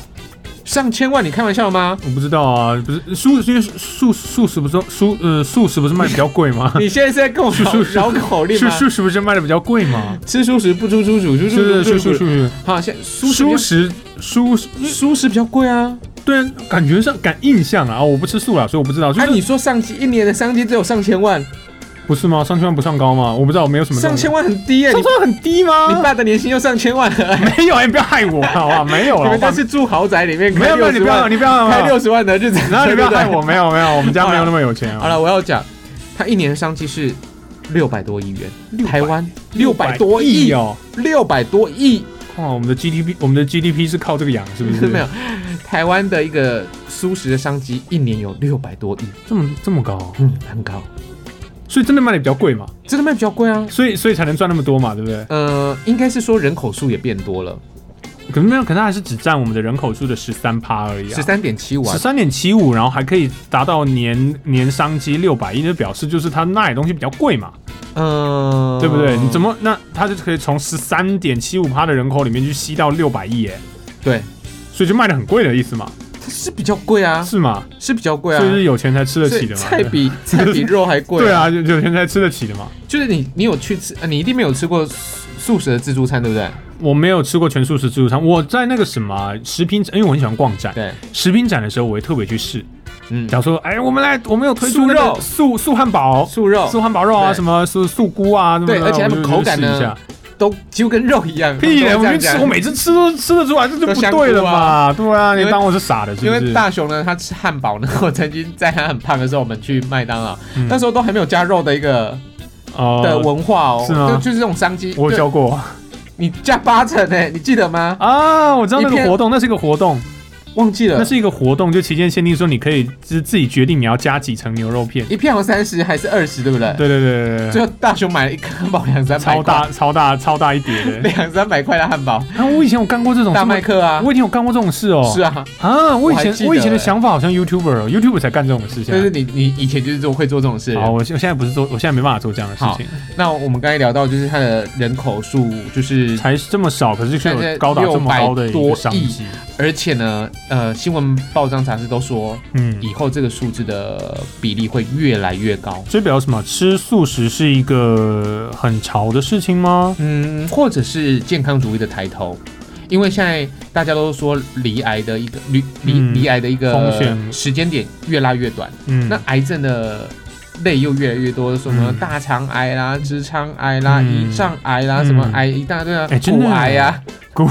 Speaker 2: 上千万？你开玩笑 吗？
Speaker 1: 我不知道啊，不是素，因为素素食不是素呃素食不是卖比较贵 吗？
Speaker 2: 你现在是在跟我
Speaker 1: 是
Speaker 2: 绕
Speaker 1: 是是
Speaker 2: 绕口令
Speaker 1: 是
Speaker 2: 吗？
Speaker 1: 素食不是卖的比较贵 吗？
Speaker 2: 吃素食不出猪鼠，猪
Speaker 1: 是是
Speaker 2: 猪猪
Speaker 1: 是
Speaker 2: 猪。
Speaker 1: 是
Speaker 2: 好，现在
Speaker 1: 是，素
Speaker 2: 素食比较嗯
Speaker 1: 食素食
Speaker 2: 素食比较贵啊。
Speaker 1: 对啊，感觉上感印象啊，我不吃素啦，所以我不知道，就
Speaker 2: 那
Speaker 1: 是
Speaker 2: 你说上机一年的商机只有上千万，
Speaker 1: 不是吗？上千万不上高吗？我不知道，我没有什么
Speaker 2: 上千万很低耶、
Speaker 1: 上
Speaker 2: 你
Speaker 1: 千万很低吗？
Speaker 2: 你爸的年薪又上千万了，
Speaker 1: 没有，哎你不要害我，好吧？没有
Speaker 2: 你
Speaker 1: 了，
Speaker 2: 们都是住豪宅里面，
Speaker 1: 没有没有，你不要，你不要，
Speaker 2: 开六十万的日 子，
Speaker 1: 然后你不要
Speaker 2: 对
Speaker 1: 害
Speaker 2: 对
Speaker 1: 我，没有没有，我们家没有那么有钱啊。
Speaker 2: 好了，我要讲，他一年的商机是六百多亿元，台湾六百多亿，
Speaker 1: 哦！
Speaker 2: 六百多亿，
Speaker 1: 哇，哦我们的 GDP，我们的 GDP 是靠这个养，是不是？
Speaker 2: 没有，台湾的一个素食的商机一年有六百多亿，
Speaker 1: 这么这么高，啊
Speaker 2: 嗯，很高，
Speaker 1: 所以真的卖的比较贵嘛，
Speaker 2: 这个卖比较贵啊。
Speaker 1: 所以所以才能赚那么多嘛，对不对？
Speaker 2: 呃，应该是说人口数也变多了，
Speaker 1: 可能没有，可能还是只占我们的人口数的十三趴而已啊
Speaker 2: 十。三点七五
Speaker 1: 十三点七五，然后还可以达到年年商机六百亿，就表示就是它卖的东西比较贵嘛，
Speaker 2: 嗯，
Speaker 1: 对不对？你怎
Speaker 2: 么
Speaker 1: 么那它就可以从十三点七五趴的人口里面去吸到六百亿，哎，
Speaker 2: 对？
Speaker 1: 所以就卖的很贵的意思嘛，
Speaker 2: 它是比较贵啊，
Speaker 1: 是吗？
Speaker 2: 是比较贵啊
Speaker 1: 所以，是有钱才吃得起的嘛，
Speaker 2: 菜比菜比肉还贵。
Speaker 1: 对，啊，就有钱才吃得起的嘛。
Speaker 2: 就是你你有去吃，呃你一定没有吃过素素食的自助餐，对不对？
Speaker 1: 我没有吃过全素食自助餐，我在那个什么食品展，因为我很喜欢逛展，
Speaker 2: 对，
Speaker 1: 食品展的时候我会特别去试，
Speaker 2: 嗯，
Speaker 1: 假如说，哎，我们来，我们有推出那个
Speaker 2: 素
Speaker 1: 素
Speaker 2: 肉
Speaker 1: 素汉堡。
Speaker 2: 素肉
Speaker 1: 素汉堡肉啊，
Speaker 2: 对
Speaker 1: 什么素素菇啊，什么的
Speaker 2: 对而且它们
Speaker 1: 我就
Speaker 2: 口感呢
Speaker 1: 试一下
Speaker 2: 都几乎跟肉一样。
Speaker 1: 屁嘞！
Speaker 2: 他
Speaker 1: 我就
Speaker 2: 们都这
Speaker 1: 吃
Speaker 2: 样，
Speaker 1: 我每次吃都吃得出来，这就
Speaker 2: 都
Speaker 1: 不
Speaker 2: 香
Speaker 1: 对了
Speaker 2: 菇
Speaker 1: 嘛。
Speaker 2: 啊
Speaker 1: 对啊，
Speaker 2: 因为
Speaker 1: 你当我是傻的，是
Speaker 2: 因
Speaker 1: 不
Speaker 2: 为
Speaker 1: 是？
Speaker 2: 大雄呢，他吃汉堡呢，我曾经在他很胖的时候，我们去麦当劳，
Speaker 1: 嗯
Speaker 2: 那时候都还没有加肉的一个
Speaker 1: 哦
Speaker 2: 的文化哦，
Speaker 1: 是吗
Speaker 2: 就就是这种商机，
Speaker 1: 我有
Speaker 2: 就
Speaker 1: 教过
Speaker 2: 你加八成哎、你记得吗？
Speaker 1: 啊，我知道那
Speaker 2: 一
Speaker 1: 个
Speaker 2: 片
Speaker 1: 活动，那是一个活动，
Speaker 2: 忘记
Speaker 1: 那
Speaker 2: 了，
Speaker 1: 是一个活动，就期间限定说你可以自自己决定你要加几层牛肉片。
Speaker 2: 一片好三十还是二十，对不对？
Speaker 1: 对对对对对
Speaker 2: 最
Speaker 1: 对，
Speaker 2: 后大雄买了一颗汉堡两三百
Speaker 1: 超
Speaker 2: 块，
Speaker 1: 大超大超大一叠的。
Speaker 2: 两三百块的 汉堡，
Speaker 1: 啊，我以前有干过这种
Speaker 2: 大
Speaker 1: 这么
Speaker 2: 麦克啊，
Speaker 1: 我以前有干过这种事哦。
Speaker 2: 是啊，
Speaker 1: 啊，我以
Speaker 2: 我还记
Speaker 1: 前
Speaker 2: 得
Speaker 1: 我以前的
Speaker 2: 欸
Speaker 1: 想法好像 YouTuber 哦，YouTuber 才干这种事情
Speaker 2: 就
Speaker 1: 啊。
Speaker 2: 是你你以前就是做会做这种事的人
Speaker 1: 好，我现我现在不是做，我现在没办法做这样的事情，
Speaker 2: 那我们刚才聊到就是它的人口数，就是
Speaker 1: 才这么少，可是却
Speaker 2: 现在
Speaker 1: 有高达这么高的一个
Speaker 2: 600多
Speaker 1: 商
Speaker 2: 亿
Speaker 1: 机。
Speaker 2: 而且呢，呃，新闻报章杂志都说
Speaker 1: 嗯，
Speaker 2: 以后这个数字的比例会越来越高。
Speaker 1: 所以表示什么？吃素食是一个很潮的事情吗？
Speaker 2: 嗯，或者是健康主义的抬头，因为现在大家都说离癌的一个离离
Speaker 1: 嗯
Speaker 2: 离癌的一个
Speaker 1: 风险
Speaker 2: 时间点越拉越短，
Speaker 1: 嗯，
Speaker 2: 那癌症的。类又越来越多，什么
Speaker 1: 嗯
Speaker 2: 大肠癌啦、直肠癌啦、
Speaker 1: 嗯
Speaker 2: 胰脏癌啦，
Speaker 1: 嗯
Speaker 2: 什么癌一大堆啊
Speaker 1: 哎，真的
Speaker 2: 骨癌呀，
Speaker 1: 骨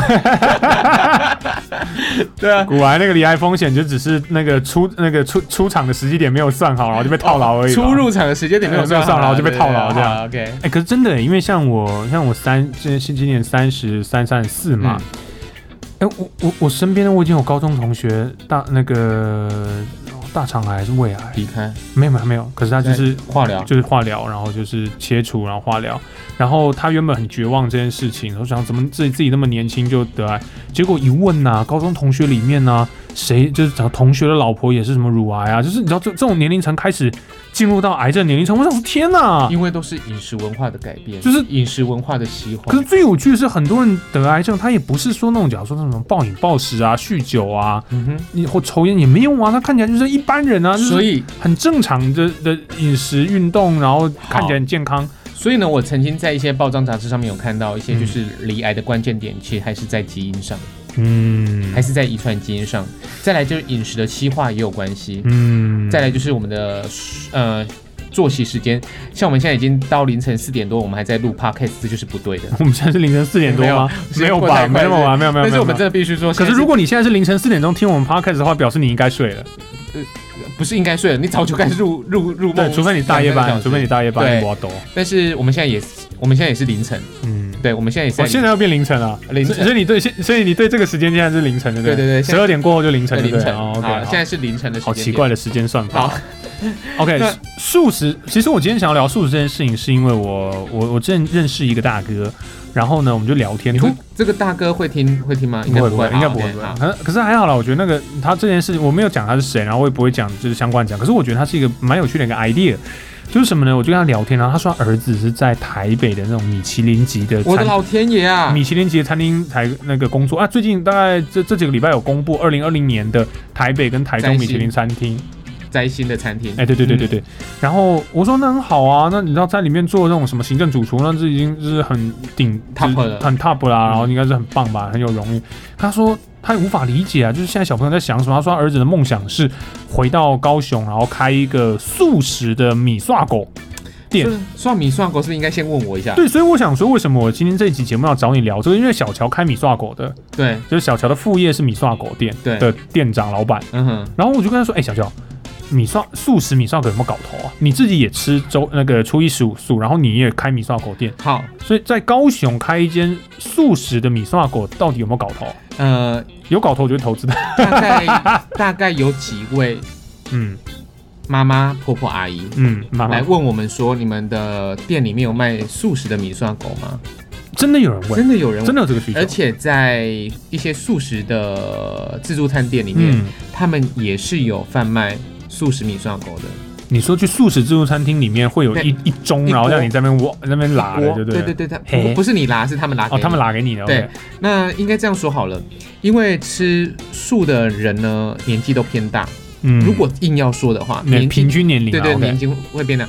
Speaker 2: 对啊，
Speaker 1: 古玩那个离癌风险就只是那个出那个出出场的时机点没有算好，然后就被套牢而已吧。
Speaker 2: 哦
Speaker 1: 哎
Speaker 2: 出入场的时间点没有
Speaker 1: 没有上
Speaker 2: 牢
Speaker 1: 牢就被套牢这样。
Speaker 2: 对啊对对好 OK，
Speaker 1: 哎、可是真的耶，因为像我，像我三，今今今年三十三、三十四嘛。哎、我我我身边的我已经有高中同学大那个哦大肠癌还是胃癌，
Speaker 2: 离开
Speaker 1: 没有没有没有，可是他就是
Speaker 2: 化疗，
Speaker 1: 就是化疗，然后就是切除，然后化疗，然后他原本很绝望这件事情，然后想怎么自己自己那么年轻就得癌，结果一问呐、高中同学里面呐、谁就是找同学的老婆也是什么乳癌啊，就是你知道这这种年龄层开始进入到癌症年龄层，我想说天呐！
Speaker 2: 因为都是饮食文化的改变，
Speaker 1: 啊就是
Speaker 2: 饮食文化的西化。
Speaker 1: 可是最有趣的是，很多人得癌症，他也不是说那种，假如说那种暴饮暴食啊、酗酒啊，
Speaker 2: 嗯
Speaker 1: 你或抽烟也没用啊，他看起来就是一般人啊，
Speaker 2: 哼，
Speaker 1: 就是
Speaker 2: 所以
Speaker 1: 很正常的的饮食、运动，然后看起来很健康。
Speaker 2: 所以呢，我曾经在一些报章杂志上面有看到一些，
Speaker 1: 嗯
Speaker 2: 就是离癌的关键点，其实还是在基因上，
Speaker 1: 嗯
Speaker 2: 还是在遗传基因上。再来就是饮食的西化也有关系，
Speaker 1: 嗯，
Speaker 2: 再来就是我们的呃。作息时间，像我们现在已经到凌晨四点多，我们还在录 podcast，这就是不对的。
Speaker 1: 我们现在是凌晨四点多吗？没
Speaker 2: 没有
Speaker 1: 有
Speaker 2: 时间过
Speaker 1: 吧？
Speaker 2: 太
Speaker 1: 没
Speaker 2: 快
Speaker 1: 有吧？没有没有。
Speaker 2: 但是我们
Speaker 1: 没有
Speaker 2: 真的必须说，
Speaker 1: 可是如果你现在是凌晨四点钟听我们 podcast 的话，表示你应该睡了。
Speaker 2: 现在不是应该睡了，你早就该入入入梦。
Speaker 1: 对，除非你大夜班，除非你。大夜班，
Speaker 2: 对
Speaker 1: 我懂。
Speaker 2: 但是我们现在也是，我们现在也是凌晨，
Speaker 1: 嗯，
Speaker 2: 对，我们现在也是
Speaker 1: 我
Speaker 2: 在
Speaker 1: 现在要变凌晨了。
Speaker 2: 凌
Speaker 1: 所以所
Speaker 2: 晨，
Speaker 1: 以你对现，所以你对这个时间现在是凌晨，对不
Speaker 2: 对对对现
Speaker 1: 十
Speaker 2: 在
Speaker 1: 二点过后就凌晨，
Speaker 2: 在
Speaker 1: 对
Speaker 2: 凌
Speaker 1: 不对？
Speaker 2: 晨。
Speaker 1: 哦
Speaker 2: 好，
Speaker 1: ，OK，
Speaker 2: 现在是凌晨的时
Speaker 1: 好
Speaker 2: 间。
Speaker 1: 奇怪。的时间算法。
Speaker 2: 好，
Speaker 1: OK，
Speaker 2: 那
Speaker 1: 素食，其实我今天想要聊素食这件事情，是因为我我我之前认识一个大哥，然后呢，我们就聊天，
Speaker 2: 你
Speaker 1: 突
Speaker 2: 会这个大哥会听会听吗？应该
Speaker 1: 不会
Speaker 2: 不
Speaker 1: 会，应该不会
Speaker 2: 会
Speaker 1: 不
Speaker 2: 好
Speaker 1: 会。可可是还好啦，我觉得那个他这件事情，我没有讲他是谁，然后我也不会讲就是相关讲。可是我觉得他是一个蛮有趣的一个 idea，就是什么呢？我就跟他聊天，然后他说他儿子是在台北的那种米其林级的
Speaker 2: 我的
Speaker 1: 餐
Speaker 2: 老天爷啊！
Speaker 1: 米其林级的餐厅才那个工作啊。最近大概这这几个礼拜有公布二零二零年的台北跟台中
Speaker 2: 摘
Speaker 1: 米其
Speaker 2: 星
Speaker 1: 林餐厅。
Speaker 2: 嗯摘星的餐厅，
Speaker 1: 哎、对对对对对。然后我说那很好啊，那你知道在里面做那种什么行政主厨，那这已经就是很顶
Speaker 2: Top
Speaker 1: 就是
Speaker 2: 了
Speaker 1: 很 top 啦，
Speaker 2: 嗯
Speaker 1: 然后应该是很棒吧，很有荣誉。他说他也无法理解啊，就是现在小朋友在想什么？他说他儿子的梦想是回到高雄，然后开一个素食的米刷狗。店
Speaker 2: 是算米算狗是不是应该先问我一下？
Speaker 1: 对，所以我想说，为什么我今天这一期节目要找你聊这个？因为小乔开米刷狗的，
Speaker 2: 对，
Speaker 1: 就是小乔的副业是米刷狗店
Speaker 2: 对
Speaker 1: 的店长老板。
Speaker 2: 嗯哼，
Speaker 1: 然后我就跟他说：“哎、小乔，米刷素食米刷狗有没有搞头啊？你自己也吃周那个初一十五素，然后你也开米刷狗店，
Speaker 2: 好，
Speaker 1: 所以在高雄开一间素食的米刷狗，到底有没有搞头？啊
Speaker 2: 呃，
Speaker 1: 有搞头我就会投资的。
Speaker 2: 大概大概有几位
Speaker 1: 嗯
Speaker 2: 妈妈、婆婆、阿姨
Speaker 1: 嗯，妈
Speaker 2: 来
Speaker 1: 妈，
Speaker 2: 问我们说，你们的店里面有卖素食的米蒜狗吗？
Speaker 1: 真的有人问，
Speaker 2: 真的有人
Speaker 1: 真的
Speaker 2: 的，
Speaker 1: 有这个需求
Speaker 2: 而。且在一些素食的自助餐店里面，
Speaker 1: 嗯，
Speaker 2: 他们也是有贩卖素食米蒜狗的。
Speaker 1: 你说去素食自助餐厅里面会有一一盅，
Speaker 2: 一锅
Speaker 1: 然后让你在那边挖在那边拉的，
Speaker 2: 我
Speaker 1: 对不
Speaker 2: 对
Speaker 1: 对？
Speaker 2: 对，他
Speaker 1: 嘿
Speaker 2: 不是你拿，是他们拿给
Speaker 1: 哦，
Speaker 2: 你。
Speaker 1: 他们拉给你的。
Speaker 2: 对
Speaker 1: OK，
Speaker 2: 那应该这样说好了，因为吃素的人呢，年纪都偏大。
Speaker 1: 嗯，
Speaker 2: 如果硬要说的话，
Speaker 1: 那
Speaker 2: 年纪
Speaker 1: 平均年龄
Speaker 2: 对
Speaker 1: 啊
Speaker 2: 对，
Speaker 1: OK
Speaker 2: 年纪会变大，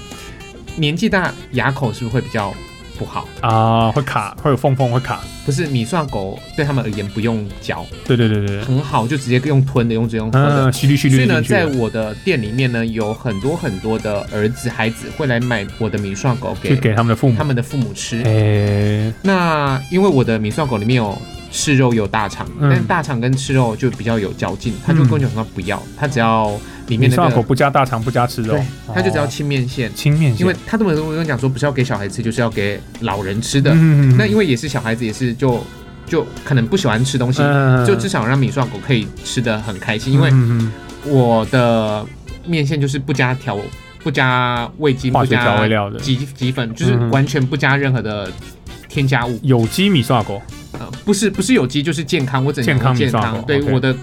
Speaker 2: 年纪大牙口是不是会比较不好？
Speaker 1: 啊会卡，会有缝缝，会卡。
Speaker 2: 不是米蒜狗对他们而言不用嚼，
Speaker 1: 对对对对对，
Speaker 2: 很好，就直接用吞的，用直接用吞的。
Speaker 1: 嗯，吸溜吸
Speaker 2: 所以
Speaker 1: 溜
Speaker 2: 呢，
Speaker 1: 进去
Speaker 2: 在
Speaker 1: 了。
Speaker 2: 我的店里面呢，有很多很多的儿子孩子会来买我的米蒜狗
Speaker 1: 去
Speaker 2: 给
Speaker 1: 给嗯他们的父母哎
Speaker 2: 他。们的父母吃。
Speaker 1: 诶、
Speaker 2: 那因为我的米蒜狗里面有赤肉有大肠，
Speaker 1: 嗯
Speaker 2: 但大肠跟赤肉就比较有嚼劲，他就跟我讲说不要，他只要
Speaker 1: 米
Speaker 2: 里面那
Speaker 1: 刷狗
Speaker 2: 个，
Speaker 1: 不加大肠，不加吃肉
Speaker 2: 对，，他就只要
Speaker 1: 哦
Speaker 2: 清面线，
Speaker 1: 清面线，
Speaker 2: 因为他这么跟我讲说不是要给小孩吃，就是要给老人吃的。
Speaker 1: 嗯
Speaker 2: 那因
Speaker 1: 为
Speaker 2: 为也是小孩子，也是就就可能不喜欢吃东
Speaker 1: 嗯
Speaker 2: 西，就至少让米蒜狗可以吃的很开心，因为
Speaker 1: 嗯
Speaker 2: 我的面线就是不加调。不加味精，
Speaker 1: 化
Speaker 2: 不
Speaker 1: 学调味
Speaker 2: 加
Speaker 1: 料的
Speaker 2: 鸡鸡粉，就是
Speaker 1: 嗯
Speaker 2: 完全不加任何的添加物。
Speaker 1: 有机米刷狗，
Speaker 2: 呃，不是不是有机，就是健康，我整
Speaker 1: 健康
Speaker 2: 个健
Speaker 1: 米饭
Speaker 2: 康
Speaker 1: 哦。
Speaker 2: 对，
Speaker 1: OK
Speaker 2: 我的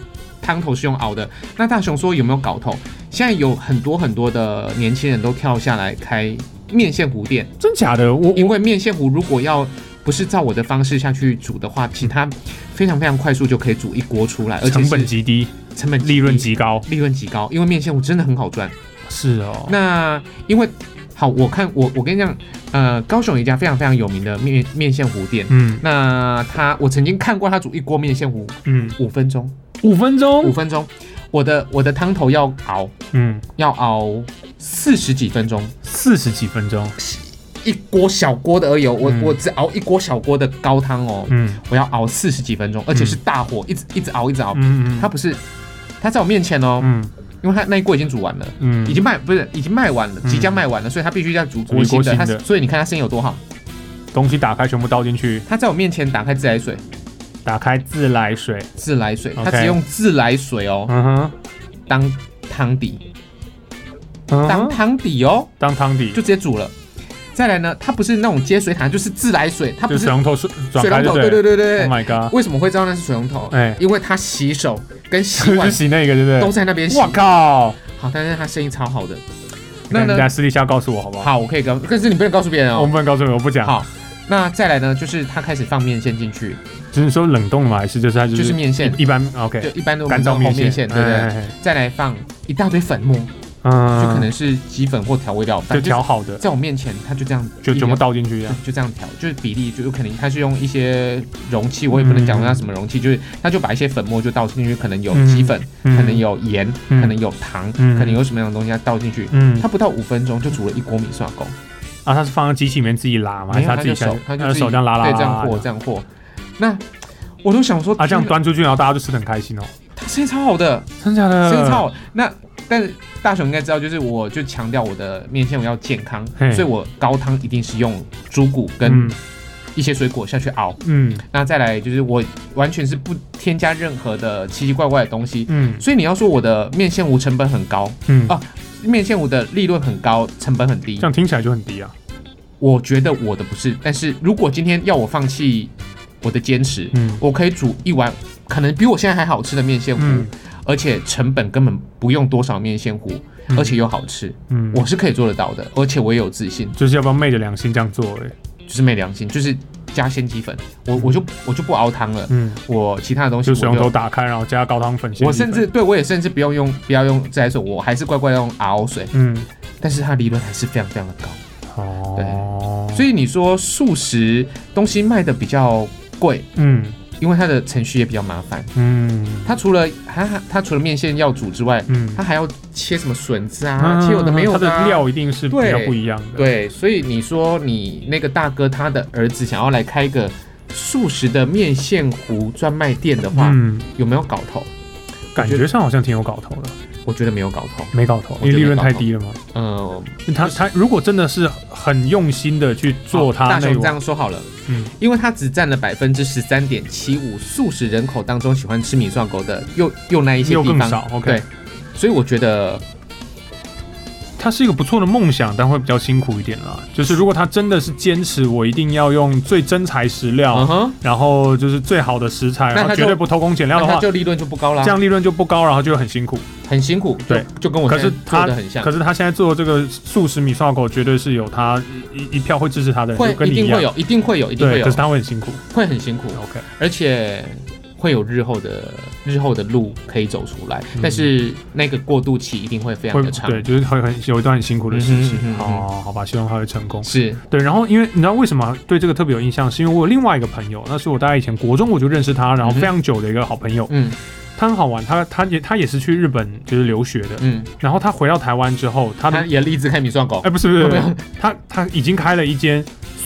Speaker 2: 汤头是用熬的。那大雄说有没有搞头？现在有很多很多的年轻人都跳下来开面线糊店，
Speaker 1: 真假的？我
Speaker 2: 因为面线糊如果要不是照我的方式下去煮的话，其实它非常非常快速就可以煮一锅出来，而
Speaker 1: 我
Speaker 2: 且
Speaker 1: 成本
Speaker 2: 是
Speaker 1: 极低，
Speaker 2: 成本低
Speaker 1: 利润极高，
Speaker 2: 利润极高，因为面线糊真的很好赚。
Speaker 1: 是哦。
Speaker 2: 那因为好，我看我我跟你讲，呃，高雄有一家非常非常有名的面面线糊店。
Speaker 1: 嗯
Speaker 2: 那他，我曾经看过他煮一锅面线糊
Speaker 1: 嗯，
Speaker 2: 五分钟，
Speaker 1: 五分
Speaker 2: 五
Speaker 1: 钟，
Speaker 2: 分钟。我的我的汤头要熬
Speaker 1: 嗯，
Speaker 2: 要熬四十几分钟，
Speaker 1: 四十几分钟，
Speaker 2: 一锅小锅的而已哦，我、
Speaker 1: 嗯
Speaker 2: 我只熬一锅小锅的高汤哦，
Speaker 1: 嗯
Speaker 2: 我要熬四十几分钟，而且是大火、一直一直熬一直熬。
Speaker 1: 嗯嗯，
Speaker 2: 它不是，它在我面前哦，
Speaker 1: 嗯
Speaker 2: 因为它那一锅已经煮完了，
Speaker 1: 嗯
Speaker 2: 已经卖不是已经卖完了，
Speaker 1: 嗯
Speaker 2: 即将卖完了，所以它必须要煮
Speaker 1: 煮
Speaker 2: 锅
Speaker 1: 一锅
Speaker 2: 新的。它
Speaker 1: 新的
Speaker 2: 所以你看它生意有多好，
Speaker 1: 东西打开全部倒进去，
Speaker 2: 它在我面前打开自来水，
Speaker 1: 打开自来水，
Speaker 2: 自来水，它
Speaker 1: OK
Speaker 2: 只用自来水哦
Speaker 1: 嗯哼，
Speaker 2: 当汤底，
Speaker 1: 嗯
Speaker 2: 当
Speaker 1: 哼，
Speaker 2: 汤底哦。
Speaker 1: 当汤底
Speaker 2: 就，直接煮了。再来呢，它不是那种接水塔，就是自来水，它不
Speaker 1: 就是水龙头水转
Speaker 2: 水
Speaker 1: 开就
Speaker 2: 龙头。对对
Speaker 1: 对
Speaker 2: 对对
Speaker 1: ，Oh
Speaker 2: 对。
Speaker 1: my god，
Speaker 2: 为什么会知道那是水龙头？
Speaker 1: 哎
Speaker 2: 因为它洗手跟洗
Speaker 1: 就
Speaker 2: 碗
Speaker 1: 是洗那个对不对？
Speaker 2: 都在那边洗。
Speaker 1: 我靠！
Speaker 2: 好，但是它生意超好的。那
Speaker 1: 那
Speaker 2: 呢
Speaker 1: 你，在私底下告诉我好不好？
Speaker 2: 好，我可以告，但是你不能告诉别人
Speaker 1: 我
Speaker 2: 哦。
Speaker 1: 不能告诉你，我不讲。
Speaker 2: 好，那再来呢，就是它开始放面线进去，
Speaker 1: 就是说冷冻嘛，还是就是它就
Speaker 2: 就是面线，
Speaker 1: 一般
Speaker 2: 就
Speaker 1: OK
Speaker 2: 一般都
Speaker 1: 干燥
Speaker 2: 面
Speaker 1: 面
Speaker 2: 线，对不对？
Speaker 1: 哎
Speaker 2: 再来放一大堆粉末，就
Speaker 1: 嗯，
Speaker 2: 可能是鸡粉或调味料，
Speaker 1: 就
Speaker 2: 反正
Speaker 1: 调好的，
Speaker 2: 在我面前，它就这样
Speaker 1: 就
Speaker 2: 一
Speaker 1: 全部倒进去这样。
Speaker 2: 就这样调，就是比例，就有可能它是用一些容器，我也不能讲它什么容器，就是它就把一些粉末就倒进去，可能有鸡粉，
Speaker 1: 嗯嗯
Speaker 2: 可能，有盐，
Speaker 1: 嗯
Speaker 2: 可能有糖，
Speaker 1: 嗯
Speaker 2: 可能有什么样的东西它倒进去。
Speaker 1: 嗯，
Speaker 2: 它不到五分钟就煮了一锅米蒜狗，
Speaker 1: 啊，它是放在机器里面自己拉吗？还
Speaker 2: 没
Speaker 1: 是
Speaker 2: 有
Speaker 1: 它自
Speaker 2: 它
Speaker 1: 己
Speaker 2: 就
Speaker 1: 下
Speaker 2: 手
Speaker 1: 去，
Speaker 2: 它
Speaker 1: 它
Speaker 2: 就自
Speaker 1: 手
Speaker 2: 己
Speaker 1: 这样拉拉
Speaker 2: 对
Speaker 1: 拉
Speaker 2: 这样
Speaker 1: 拉
Speaker 2: 和
Speaker 1: 拉
Speaker 2: 这样和。那我都想说
Speaker 1: 啊，这样
Speaker 2: 天哪
Speaker 1: 端出去，然后大家就吃的很开心哦。
Speaker 2: 它生意超好的，
Speaker 1: 真假的？
Speaker 2: 生意超好。那但是大雄应该知道，就是我就强调我的面线我要健康，
Speaker 1: 嘿
Speaker 2: 所以我高汤一定是用猪骨跟
Speaker 1: 嗯
Speaker 2: 一些水果下去熬。
Speaker 1: 嗯
Speaker 2: 那再来就是我完全是不添加任何的奇奇怪怪的东西，
Speaker 1: 嗯
Speaker 2: 所以你要说我的面线无成本很高
Speaker 1: 嗯
Speaker 2: 啊面线糊的利润很高，成本很低
Speaker 1: 这。样听起来就很低啊。
Speaker 2: 我觉得我的不是，但是如果今天要我放弃我的坚持，
Speaker 1: 嗯
Speaker 2: 我可以煮一碗可能比我现在还好吃的面线糊，
Speaker 1: 嗯
Speaker 2: 而且成本根本不用多少面线糊，
Speaker 1: 嗯
Speaker 2: 而且又好吃，
Speaker 1: 嗯，
Speaker 2: 我是可以做得到的，而且我也有自信，
Speaker 1: 就是要不要昧着良心这样做而已。
Speaker 2: 就是没良心，就是加鲜鸡粉，我我就我就不熬汤了，
Speaker 1: 嗯，
Speaker 2: 我其他的东西
Speaker 1: 就
Speaker 2: 我
Speaker 1: 水龙头打开，然后加高汤粉。
Speaker 2: 我甚至对我也甚至不用用不要用自来水，我还是乖乖用 RO 水，
Speaker 1: 嗯，
Speaker 2: 但是它的利润还是非常非常的高。
Speaker 1: 哦，
Speaker 2: 所以你说素食东西卖的比较贵，
Speaker 1: 嗯
Speaker 2: 因为它的程序也比较麻烦。
Speaker 1: 嗯
Speaker 2: 它除了它它它除了面线要煮之外，
Speaker 1: 嗯
Speaker 2: 它，还要切什么笋子啊，
Speaker 1: 嗯
Speaker 2: 切有的没有
Speaker 1: 它
Speaker 2: 的、
Speaker 1: 的
Speaker 2: 啊。
Speaker 1: 料一定是比较不一样的。，
Speaker 2: 对，所以你说你那个大哥他的儿子想要来开一个素食的面线糊专卖店的话，
Speaker 1: 嗯，
Speaker 2: 有没有搞头？
Speaker 1: 感觉上好像挺有搞头的，
Speaker 2: 我觉得没有搞头。
Speaker 1: 没搞头，因为利润太低了嘛。
Speaker 2: 嗯，
Speaker 1: 他他如果真的是很用心的去做
Speaker 2: 好
Speaker 1: 他
Speaker 2: 大
Speaker 1: 那
Speaker 2: 雄这
Speaker 1: 种，
Speaker 2: 样说好了，
Speaker 1: 嗯
Speaker 2: 因为它只占了百分之十三点七五，素食人口当中喜欢吃米蒜狗的又又那一些
Speaker 1: 又
Speaker 2: 地
Speaker 1: 更
Speaker 2: 方，
Speaker 1: 少。OK，
Speaker 2: 对，所以我觉得
Speaker 1: 它是一个不错的梦想，但会比较辛苦一点啦。
Speaker 2: 嗯
Speaker 1: 就是如果他真的是坚持，我一定要用最真材实料，
Speaker 2: 嗯哼，
Speaker 1: 然后就是最好的食材，
Speaker 2: 那
Speaker 1: 然后
Speaker 2: 他就
Speaker 1: 绝对不偷工减料
Speaker 2: 那
Speaker 1: 的
Speaker 2: 它
Speaker 1: 话，
Speaker 2: 就利润就不高啦
Speaker 1: 这，样利润就不高，然后就很辛苦。
Speaker 2: 很辛苦，就
Speaker 1: 对，
Speaker 2: 就跟我
Speaker 1: 可是
Speaker 2: 现在
Speaker 1: 他
Speaker 2: 做的很像
Speaker 1: 可，是他现在做这个素食米烧狗，绝对是有他一一票会支持他的人，
Speaker 2: 会
Speaker 1: 就跟
Speaker 2: 一
Speaker 1: 你一
Speaker 2: 定
Speaker 1: 样
Speaker 2: 会。有，一定会有，一定会
Speaker 1: 对，可
Speaker 2: 有
Speaker 1: 是，他会很辛苦。
Speaker 2: 会很辛苦，
Speaker 1: OK，
Speaker 2: 而且会有日后的日后的路可以走出来，
Speaker 1: 嗯
Speaker 2: 但是那个过渡期一定会非常
Speaker 1: 会
Speaker 2: 的长，
Speaker 1: 对，就是会很有一段很辛苦的事情
Speaker 2: 嗯。哼嗯哼嗯哼
Speaker 1: 哦，好吧，希望他会成功。
Speaker 2: 是，
Speaker 1: 对，然后因为你知道为什么对这个特别有印象，是因为我有另外一个朋友，那是我大概以前国中我就认识他，然后
Speaker 2: 嗯哼
Speaker 1: 非常久的一个好朋友，
Speaker 2: 嗯
Speaker 1: 他很好玩，他他也他也是去日本就是留学的，
Speaker 2: 嗯，
Speaker 1: 然后他回到台湾之后，他的
Speaker 2: 他也立志开米蒜狗
Speaker 1: 哎、，不是不是不
Speaker 2: 没
Speaker 1: 是
Speaker 2: 有，
Speaker 1: 他他已经开了一间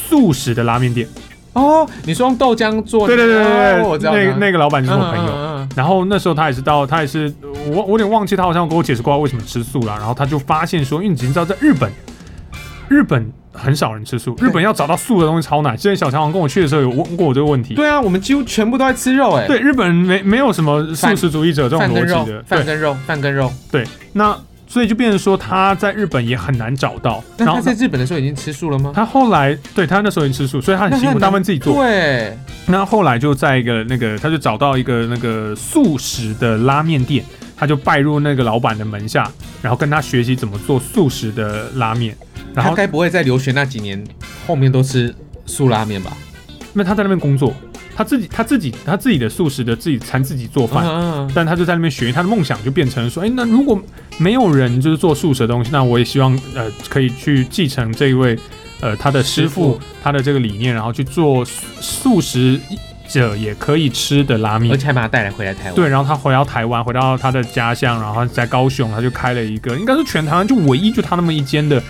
Speaker 1: 素食的拉面店，
Speaker 2: 哦，你说用豆浆做
Speaker 1: 对
Speaker 2: 的？
Speaker 1: 对对对
Speaker 2: 哦
Speaker 1: 对，
Speaker 2: 我知道
Speaker 1: 那
Speaker 2: 了。
Speaker 1: 那个老板就是我朋友。
Speaker 2: 嗯嗯嗯
Speaker 1: 然后那时候他也是到，他也是我我有点忘记他好像跟我解释过他为什么吃素啦。然后他就发现说，因为你知道在日本，日本很少人吃素，日本要找到素的东西超难。之前小强王跟我去的时候有问过我这个问题。
Speaker 2: 对啊，我们几乎全部都在吃肉哎、
Speaker 1: 对，日本人没没有什么素食主义者这种
Speaker 2: 饭
Speaker 1: 逻
Speaker 2: 跟肉
Speaker 1: 辑的，，
Speaker 2: 饭
Speaker 1: 对
Speaker 2: 跟肉，饭跟肉。
Speaker 1: 对。那所以就变成说他在日本也很难找到。
Speaker 2: 那
Speaker 1: 然后
Speaker 2: 他在日本的时候已经吃素了吗？
Speaker 1: 他后来对他那时候已经吃素，所以他很
Speaker 2: 那
Speaker 1: 辛苦，
Speaker 2: 很
Speaker 1: 大部分自己做。
Speaker 2: 对，
Speaker 1: 那后来就在一个那个，他就找到一个那个素食的拉面店，他就拜入那个老板的门下，然后跟他学习怎么做素食的拉面。然
Speaker 2: 他
Speaker 1: 后，
Speaker 2: 该不会在留学那几年后面都吃素拉面吧？
Speaker 1: 那他在那边工作，他自己他自己他自己的素食的自己餐自己做
Speaker 2: 嗯
Speaker 1: 饭，
Speaker 2: 嗯，嗯
Speaker 1: 但他就在那边学，他的梦想就变成说，哎，那如果没有人就是做素食的东西，那我也希望呃可以去继承这一位呃他的师
Speaker 2: 师
Speaker 1: 傅
Speaker 2: 傅
Speaker 1: 他的这个理念，然后去做素素食者也可以吃的拉面
Speaker 2: 而。且还把他带来回来台湾。
Speaker 1: 对，然后他回到台湾，回到他的家乡，然后在高雄，他就开了一个，应该是全台湾就唯一就他那么一间的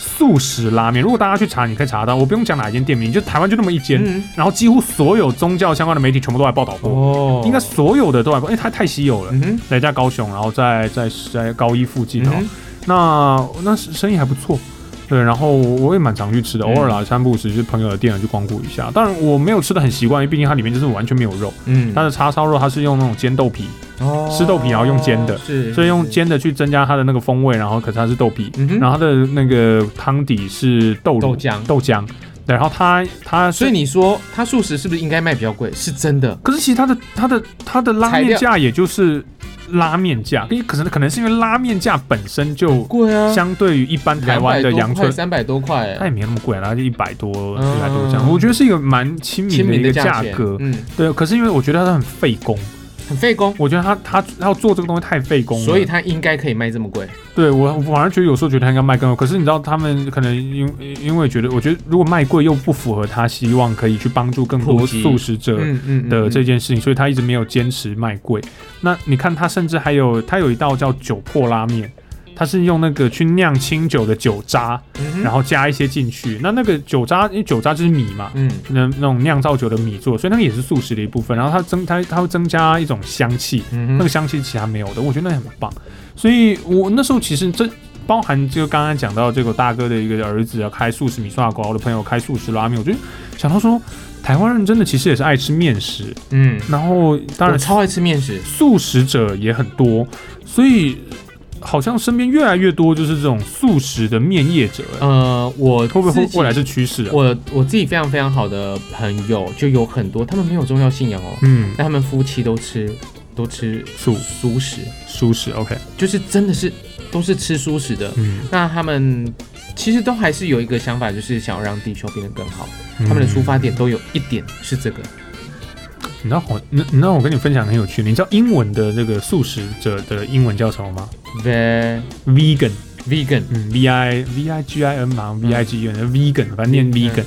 Speaker 1: 素食拉面。如果大家去查，你可以查到，我不用讲哪一间店名，就台湾就那么一间。
Speaker 2: 嗯，
Speaker 1: 然后几乎所有宗教相关的媒体全部都来报道过，
Speaker 2: 哦
Speaker 1: 应该所有的都来报，因为它太稀有了。
Speaker 2: 嗯哼，
Speaker 1: 来在高雄，然后在在嗯在高一附近
Speaker 2: 嗯
Speaker 1: 哦，
Speaker 2: 哼
Speaker 1: 那那生意还不错。对，然后我也蛮常去吃的，
Speaker 2: 嗯
Speaker 1: 偶尔啦，三不五时去朋友的店去光顾一下。当然我没有吃的很习惯，因为毕竟它里面就是完全没有肉，
Speaker 2: 嗯，
Speaker 1: 它的叉烧肉它是用那种煎豆皮，
Speaker 2: 哦
Speaker 1: 吃豆皮然后用煎的
Speaker 2: 是，
Speaker 1: 所以用，煎的去增加它的那个风味，然后可是它是豆皮，
Speaker 2: 嗯哼
Speaker 1: 然后它的那个汤底是豆乳
Speaker 2: 豆浆
Speaker 1: 豆浆，对，然后它它
Speaker 2: 所以你说它素食是不是应该卖比较贵？是真的，
Speaker 1: 可是其实它的它的它的拉
Speaker 2: 材
Speaker 1: 面
Speaker 2: 料
Speaker 1: 价也就是拉面价，因为可能可能是因为拉面价本身就
Speaker 2: 贵啊，
Speaker 1: 相对于一般台湾的阳春。
Speaker 2: 三百多块，
Speaker 1: 它也没那么贵啊，它就一百多、
Speaker 2: 嗯
Speaker 1: 一百多这样，我觉得是一个蛮亲民
Speaker 2: 亲
Speaker 1: 的
Speaker 2: 民
Speaker 1: 一
Speaker 2: 的
Speaker 1: 个价
Speaker 2: 钱
Speaker 1: 格。
Speaker 2: 嗯，
Speaker 1: 对，可是因为我觉得它很费工，
Speaker 2: 很费工，
Speaker 1: 我觉得它它它要做这个东西太费工了，
Speaker 2: 所以它应该可以卖这么贵。
Speaker 1: 对我，我反而觉得有时候觉得他应该卖更贵，可是你知道他们可能因因为觉得，我觉得如果卖贵又不符合他希望可以去帮助更多
Speaker 2: 普及
Speaker 1: 素食者
Speaker 2: 嗯嗯
Speaker 1: 的这件事情，所以他一直没有坚持卖贵。那你看他甚至还有他有一道叫酒粕拉面，他是用那个去酿清酒的酒渣，然
Speaker 2: 后
Speaker 1: 后加一些进去。那那个酒渣，因为酒渣就是米嘛。
Speaker 2: 嗯
Speaker 1: 那那种酿造酒的米做，所以那个也是素食的一部分。然后它增它它会增加一种香气，
Speaker 2: 嗯
Speaker 1: 那
Speaker 2: 哼
Speaker 1: 个香气其他没有的，我觉得那很棒。所以我那时候其实这包含就刚刚讲到这个大哥的一个儿子要啊开素食米刷锅，我的朋友开素食拉面，我就想到说，台湾人真的其实也是爱吃面食，
Speaker 2: 嗯，
Speaker 1: 然后当
Speaker 2: 我
Speaker 1: 然
Speaker 2: 超爱吃面食，
Speaker 1: 素食者也很多，所以好像身边越来越多就是这种素食的面业者、欸，
Speaker 2: 呃，我
Speaker 1: 会不会
Speaker 2: 自
Speaker 1: 会
Speaker 2: 己
Speaker 1: 未来是趋势啊？
Speaker 2: 我我自己非常非常好的朋友就有很多，他们没有宗教信仰哦，
Speaker 1: 嗯，
Speaker 2: 但他们夫妻都吃都吃
Speaker 1: 素
Speaker 2: 素食，
Speaker 1: 素食 OK，
Speaker 2: 就是真的是都是吃素食的。
Speaker 1: 嗯，
Speaker 2: 那他们其实都还是有一个想法，就是想要让地球变得更好。他们的出
Speaker 1: 嗯
Speaker 2: 发点都有一点是这个，
Speaker 1: 你知道我，你你知道我跟你分享很有趣，你知道英文的那个素食者的英文叫什么吗
Speaker 2: ve
Speaker 1: ？Vegan，
Speaker 2: vegan，
Speaker 1: 嗯，V I V I G I N 嘛，V I G N Vegan，反正念
Speaker 2: 嗯
Speaker 1: Vegan。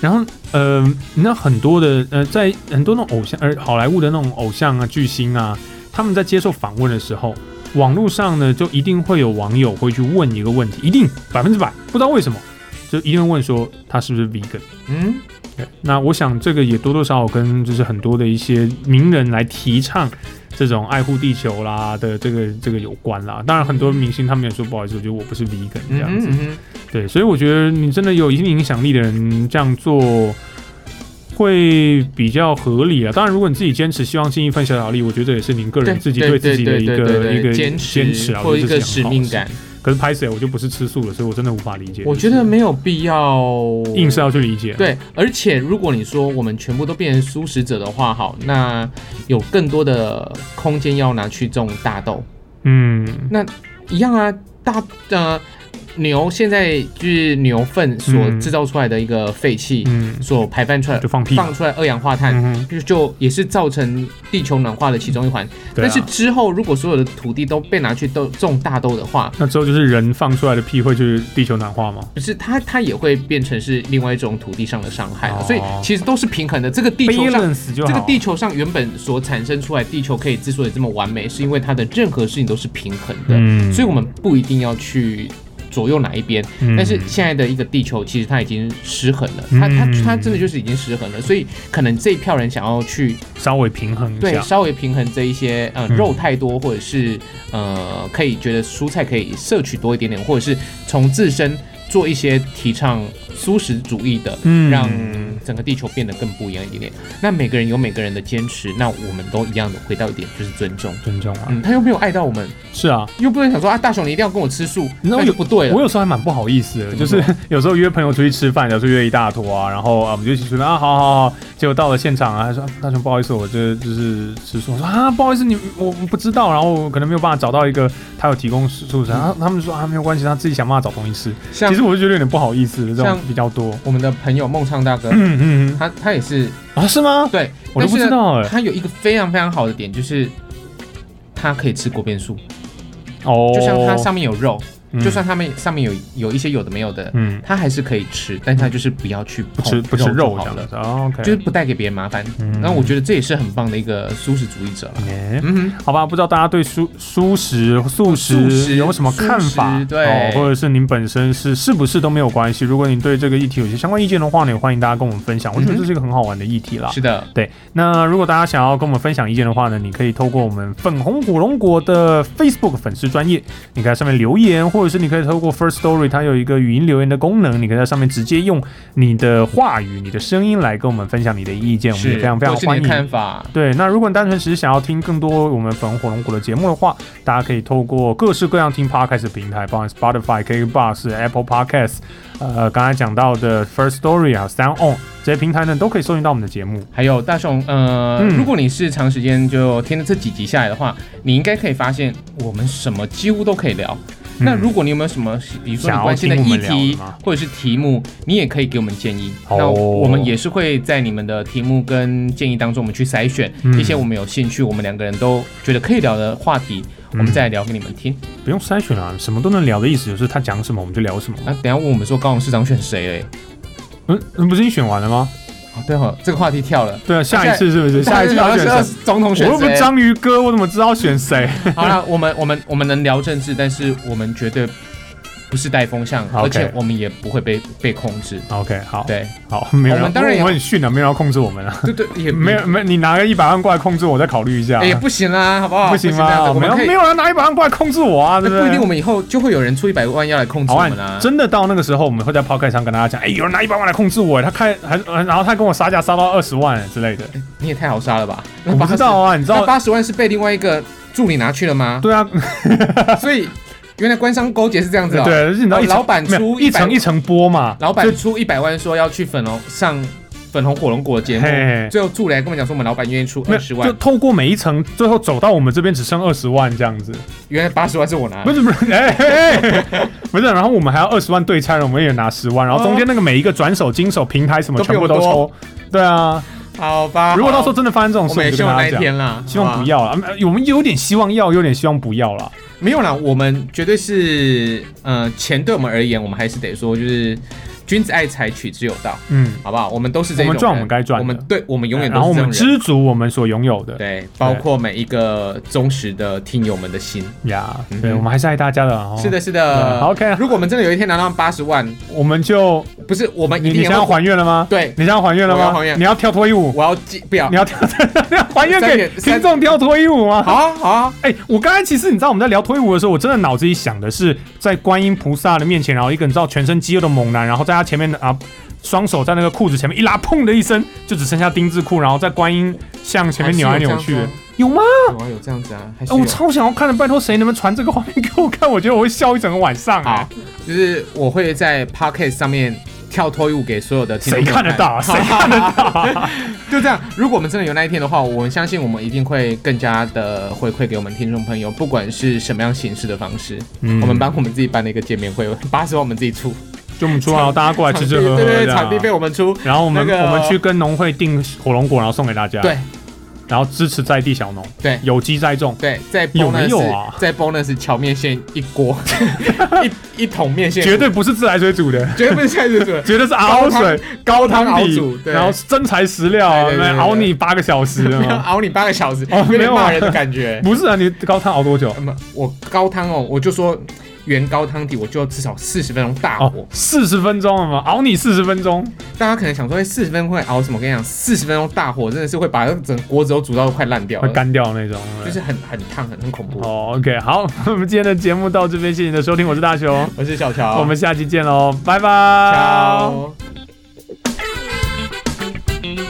Speaker 1: 然后，呃，你知道很多的，呃，在很多那种偶像，呃，好莱坞的那种偶像啊、巨星啊，他们在接受访问的时候，网络上呢就一定会有网友会去问一个问题，一定百分之百，不知道为什么，就一定会问说他是不是 Vegan。
Speaker 2: 嗯，
Speaker 1: 对，那我想这个也多多少少跟就是很多的一些名人来提倡这种爱护地球啦的这个这个有关啦。当然，很多明星他们也说不好意思，我觉得我不是 vegan 这
Speaker 2: 嗯
Speaker 1: 样
Speaker 2: 哼
Speaker 1: 子。
Speaker 2: 嗯哼，
Speaker 1: 对，所以我觉得你真的有一定影响力的人这样做。会比较合理啊，当然，如果你自己坚持，希望尽一份小小力，我觉得这也是您个人自己
Speaker 2: 对
Speaker 1: 自己的
Speaker 2: 对
Speaker 1: 一
Speaker 2: 对
Speaker 1: 个
Speaker 2: 对对
Speaker 1: 一个
Speaker 2: 坚
Speaker 1: 坚持啊，
Speaker 2: 或
Speaker 1: 我觉
Speaker 2: 一
Speaker 1: 得这
Speaker 2: 个
Speaker 1: 是
Speaker 2: 使
Speaker 1: 很好的
Speaker 2: 命
Speaker 1: 事。
Speaker 2: 感，
Speaker 1: 可是拍谁，我就不是吃素了，所以我真的无法理解。
Speaker 2: 我觉得没有必要
Speaker 1: 硬是要去理解。
Speaker 2: 对，而且如果你说我们全部都变成素食者的话，好，那有更多的空间要拿去种大豆，
Speaker 1: 嗯，
Speaker 2: 一样啊，大呃牛现在就是牛粪所
Speaker 1: 嗯
Speaker 2: 制造出来的一个废气、
Speaker 1: 嗯
Speaker 2: 所排放出来
Speaker 1: 就放屁嘛。
Speaker 2: 放出来二氧化碳。
Speaker 1: 嗯哼
Speaker 2: 就就也是造成地球暖化的其中一环，
Speaker 1: 对啊
Speaker 2: 但是之后如果所有的土地都被拿去都种大豆的话，
Speaker 1: 那之后就是人放出来的屁会就是地球暖化吗？
Speaker 2: 不是它它也会变成是另外一种土地上的伤害啊、
Speaker 1: 哦
Speaker 2: 所以其实都是平衡的。这个地球上
Speaker 1: balance 就好。
Speaker 2: 这个地球上原本所产生出来，地球可以之所以这么完美，是因为它的任何事情都是平衡的，
Speaker 1: 嗯
Speaker 2: 所以我们不一定要去左右哪一边。
Speaker 1: 嗯
Speaker 2: 但是现在的一个地球，其实它已经失衡了，它它
Speaker 1: 嗯
Speaker 2: 它真的就是已经失衡了，所以可能这一票人想要去
Speaker 1: 稍微平衡一
Speaker 2: 对
Speaker 1: 下。
Speaker 2: 稍微平衡这一些呃
Speaker 1: 嗯
Speaker 2: 肉太多，或者是呃可以觉得蔬菜可以摄取多一点点，或者是从自身做一些提倡素食主义的，
Speaker 1: 嗯
Speaker 2: 让整个地球变得更不一样一点点。那每个人有每个人的坚持，那我们都一样的回到一点就是尊重。
Speaker 1: 尊重啊，
Speaker 2: 嗯，他又没有爱到我们，
Speaker 1: 是啊，
Speaker 2: 又不能想说啊，大雄你一定要跟我吃素，
Speaker 1: 那
Speaker 2: 那
Speaker 1: 我
Speaker 2: 就不对
Speaker 1: 我
Speaker 2: 了。
Speaker 1: 有时候还蛮不好意思的，
Speaker 2: 怎
Speaker 1: 就
Speaker 2: 么
Speaker 1: 是
Speaker 2: 说
Speaker 1: 有时候约朋友出去吃饭，有时候约一大坨啊，然后啊我们就一起出去啊，好好好，结果到了现场啊，他说啊大雄不好意思，我这就是吃素，我说啊不好意思，你我我不知道，然后我可能没有办法找到一个他有提供素食，然后他们说啊没有关系，他自己想办法找东西吃，
Speaker 2: 嗯像
Speaker 1: 其实我就觉得有点不好意思的这种
Speaker 2: 像
Speaker 1: 比较多，
Speaker 2: 我们的朋友孟畅大哥，
Speaker 1: 嗯嗯
Speaker 2: 他他也是
Speaker 1: 嗯啊是吗？
Speaker 2: 对，
Speaker 1: 我都不
Speaker 2: 但是
Speaker 1: 知
Speaker 2: 呢
Speaker 1: 道哎、
Speaker 2: 他有一个非常非常好的点，就是他可以吃果变素，
Speaker 1: 哦，
Speaker 2: 就像它上面有肉，
Speaker 1: 嗯
Speaker 2: 就算它们上面有有一些有的没有的，
Speaker 1: 嗯
Speaker 2: 它还是可以吃，但它就是不要去
Speaker 1: 不吃
Speaker 2: 碰
Speaker 1: 不吃
Speaker 2: 肉就
Speaker 1: 肉这
Speaker 2: 好
Speaker 1: 样
Speaker 2: 了，
Speaker 1: 子哦，OK，
Speaker 2: 就是不带给别人麻烦
Speaker 1: 嗯。
Speaker 2: 那我觉得这也是很棒的一个素食主义者了。
Speaker 1: 哎
Speaker 2: 嗯哼，
Speaker 1: 好吧，不知道大家对蔬蔬食、素
Speaker 2: 素食
Speaker 1: 食有什么看
Speaker 2: 素
Speaker 1: 法？
Speaker 2: 食对
Speaker 1: 哦，或者是您本身是是不是都没有关系。如果你对这个议题有些相关意见的话呢，也欢迎大家跟我们分享。我觉得
Speaker 2: 嗯哼
Speaker 1: 这是一个很好玩的议题啦。
Speaker 2: 是的，
Speaker 1: 对，那如果大家想要跟我们分享意见的话呢，你可以透过我们粉红火龙果的 Facebook 粉丝专业，你可以在上面留言，或者是你可以透过 First Story，它有一个语音留言的功能，你可以在上面直接用你的话语、你的声音来跟我们分享你的意见，我们也
Speaker 2: 是
Speaker 1: 非常非常
Speaker 2: 或是你
Speaker 1: 欢
Speaker 2: 的
Speaker 1: 迎
Speaker 2: 看。法。
Speaker 1: 对，那如果你单纯只是想要听更多我们粉红火龙果的节目的话，大家可以透过各式各样听 podcast 的平台，包括 Spotify、KKBox、Apple Podcast，呃，刚才讲到的 First Story 啊、Sound On 这些平台呢，都可以搜寻到我们的节目。
Speaker 2: 还有大雄，呃，
Speaker 1: 嗯
Speaker 2: 如果你是长时间就听了这几集下来的话，你应该可以发现我们什么几乎都可以聊。那如果你有没有什么，比如说你关心的
Speaker 1: 想要
Speaker 2: 议
Speaker 1: 听我们聊
Speaker 2: 题
Speaker 1: 的吗
Speaker 2: 或者是题目，你也可以给我们建议。
Speaker 1: 哦
Speaker 2: 那我们也是会在你们的题目跟建议当中，我们去筛选
Speaker 1: 嗯
Speaker 2: 一些我们有兴趣、我们两个人都觉得可以聊的话题，我们再来聊给你们听。
Speaker 1: 不用筛选啊，什么都能聊的意思就是他讲什么我们就聊什么。
Speaker 2: 那等一下问我们说高雄市长选谁嘞？
Speaker 1: 嗯，嗯不是你选完了吗？
Speaker 2: 哦，对哦，这个话题跳了。
Speaker 1: 对啊，下一次是不是？下一次要
Speaker 2: 要
Speaker 1: 选谁？
Speaker 2: 总统选
Speaker 1: 我
Speaker 2: 谁？
Speaker 1: 又不是章鱼哥，我怎么知道选 谁？
Speaker 2: 好了，我们我们我们能聊政治，但是我们绝对不是带风向
Speaker 1: OK
Speaker 2: 而且我们也不会被被控制。
Speaker 1: OK，好，
Speaker 2: 对
Speaker 1: 好，没有人，
Speaker 2: 我们当然也
Speaker 1: 我们很逊啊，没有人要控制我们啊，
Speaker 2: 对对，也
Speaker 1: 没有，没，你拿个一百万过来控制我，再考虑一下啊。
Speaker 2: 哎也不行啦，好不好？
Speaker 1: 不行
Speaker 2: 这样
Speaker 1: 吗？
Speaker 2: 子
Speaker 1: 我
Speaker 2: 我
Speaker 1: 们
Speaker 2: 们
Speaker 1: 要
Speaker 2: 可以
Speaker 1: 没，有人拿一百万过来控制我啊，对
Speaker 2: 那
Speaker 1: 对？
Speaker 2: 不一定，我们以后就会有人出一百万要来控制
Speaker 1: 好
Speaker 2: 我
Speaker 1: 啊
Speaker 2: 们啦。
Speaker 1: 真的到那个时候，我们会在 podcast 上跟大家讲，哎、有人拿一百万来控制我，他开还还然后他跟我杀价杀到二十万之类的，
Speaker 2: 你也太好杀了吧？
Speaker 1: 我不知道啊，你知
Speaker 2: 那
Speaker 1: 道？
Speaker 2: 八十万是被另外一个助理拿去了吗？
Speaker 1: 对啊，
Speaker 2: 所以原来官商勾结是这样子啊、
Speaker 1: 对，就是你知道
Speaker 2: 哦
Speaker 1: 一层
Speaker 2: 老板
Speaker 1: 没有
Speaker 2: 出
Speaker 1: 一
Speaker 2: 100
Speaker 1: 层一层剥嘛，
Speaker 2: 老
Speaker 1: 就
Speaker 2: 板出一百万说要去粉红上粉红火龙果的节目，
Speaker 1: 嘿，
Speaker 2: 最后助理还跟我们讲说我们老板愿意出
Speaker 1: 没
Speaker 2: 二
Speaker 1: 有
Speaker 2: 十
Speaker 1: 就
Speaker 2: 万，
Speaker 1: 透过每一层，最后走到我们这边只剩二十万这样子，
Speaker 2: 原来八十万是我拿
Speaker 1: 不
Speaker 2: 的。
Speaker 1: 是不是， 哎、嘿嘿嘿不是，然后我们还要二十万对拆了，我们也拿十万，然后中间那个每一个转手、经手、平台什么
Speaker 2: 哦都比
Speaker 1: 全
Speaker 2: 我
Speaker 1: 部都抽
Speaker 2: 多，
Speaker 1: 对啊，
Speaker 2: 好吧，
Speaker 1: 如果
Speaker 2: 好
Speaker 1: 到时候真的发生这种
Speaker 2: 我
Speaker 1: 事，
Speaker 2: 们
Speaker 1: 哦
Speaker 2: 也
Speaker 1: 就
Speaker 2: 希
Speaker 1: 跟
Speaker 2: 望那
Speaker 1: 大
Speaker 2: 一
Speaker 1: 家讲。
Speaker 2: 天啊啦，
Speaker 1: 希望
Speaker 2: 好吧
Speaker 1: 不要了，嗯我们有点希望要，有点希望不要了。
Speaker 2: 没有啦，我们绝对是，呃，钱对我们而言，我们还是得说，就是君子爱财，取之有道，
Speaker 1: 嗯，
Speaker 2: 好不好？我们都是这种人，
Speaker 1: 我们赚我们该赚的
Speaker 2: 我们对，我们永远
Speaker 1: 嗯然
Speaker 2: 都
Speaker 1: 后
Speaker 2: 是
Speaker 1: 我
Speaker 2: 这
Speaker 1: 们
Speaker 2: 种人。
Speaker 1: 知足我们所拥有的，
Speaker 2: 对，包括每一个忠实的听友们的心。
Speaker 1: 呀
Speaker 2: 嗯，
Speaker 1: 对，我们还是爱大家的。哦
Speaker 2: 是的，，是
Speaker 1: 对
Speaker 2: 的。
Speaker 1: 好，OK
Speaker 2: 如果我们真的有一天拿到八十万，
Speaker 1: 我们就
Speaker 2: 不是我们
Speaker 1: 你
Speaker 2: 一
Speaker 1: 你
Speaker 2: 定
Speaker 1: 现在要
Speaker 2: 要还。
Speaker 1: 还愿了吗？
Speaker 2: 对，
Speaker 1: 你现在要还愿了
Speaker 2: 我要
Speaker 1: 吗
Speaker 2: 还？愿
Speaker 1: 你要跳脱衣舞？
Speaker 2: 我要记，不 要
Speaker 1: 你。要跳还愿
Speaker 2: 三
Speaker 1: 给
Speaker 2: 点三
Speaker 1: 听众跳脱衣舞吗？
Speaker 2: 好啊，好啊，
Speaker 1: 哎、我刚才其实你知道我们在聊推舞的时候，我真的脑子里想的是在观音菩萨的面前，然后一个你知道全身肌肉的猛男，然后在他前面啊，双手在那个裤子前面一拉，砰的一声，就只剩下丁字裤，然后在观音像前面扭来扭去的
Speaker 2: 还是，
Speaker 1: 有吗？
Speaker 2: 有啊，有这样子啊，还是
Speaker 1: 哎、我
Speaker 2: 有。
Speaker 1: 超想要看的，拜托谁能不能传这个画面给我看？我觉得我会笑一整个晚上、啊
Speaker 2: 好。，就是我会在 podcast 上面跳脱衣舞给所有的听众
Speaker 1: 谁
Speaker 2: 朋友
Speaker 1: 看得 到啊？谁看得到啊？
Speaker 2: 就这样，如果我们真的有那一天的话，我们相信我们一定会更加的回馈给我们听众朋友，不管是什么样形式的方式。
Speaker 1: 嗯
Speaker 2: 我们帮我们自己办了一个见面会，八十万我们自己出，
Speaker 1: 就我们出来，然后大家过来吃吃喝喝
Speaker 2: 场地对对
Speaker 1: 这
Speaker 2: 对，
Speaker 1: 样啊
Speaker 2: 场地费我们出。
Speaker 1: 然后我们、
Speaker 2: 那个
Speaker 1: 我们去跟农会订火龙果，然后送给大家。
Speaker 2: 对，
Speaker 1: 然后支持在地小农，
Speaker 2: 对
Speaker 1: 有机栽种。
Speaker 2: 对，在
Speaker 1: 有没
Speaker 2: bonus
Speaker 1: 有啊
Speaker 2: 在 bonus 荞面线一 锅，一一桶面线，
Speaker 1: 绝对不是自来水煮的，
Speaker 2: 绝对不是下水煮。
Speaker 1: 绝对是熬水、高
Speaker 2: 汤
Speaker 1: 汤
Speaker 2: 熬煮
Speaker 1: 底，
Speaker 2: 对
Speaker 1: 然后真材实料啊，
Speaker 2: 对对对对对
Speaker 1: 熬你八个小时
Speaker 2: 没有
Speaker 1: 啊。
Speaker 2: 熬你八个小时，
Speaker 1: 哦
Speaker 2: 有
Speaker 1: 没
Speaker 2: 点
Speaker 1: 有啊
Speaker 2: 骂人的感觉。
Speaker 1: 不是啊，你高汤熬多 久？
Speaker 2: 那么我高汤哦，我就说原高汤底，我就至少四十分钟大火
Speaker 1: 哦。，四十分钟了嘛，熬你四十分钟，
Speaker 2: 大家可能想说，哎、四十分钟会熬什么？我跟你讲，四十分钟大火真的是会把整个锅子都煮到快烂掉
Speaker 1: 会
Speaker 2: 了，
Speaker 1: 干掉那种。
Speaker 2: 就是很很烫，很很恐怖。
Speaker 1: 哦，OK，好， 我们今天的节目到这边，谢谢你的收听，我是大雄，
Speaker 2: 我是小乔，
Speaker 1: 我们下期见喽，拜拜。
Speaker 2: ciao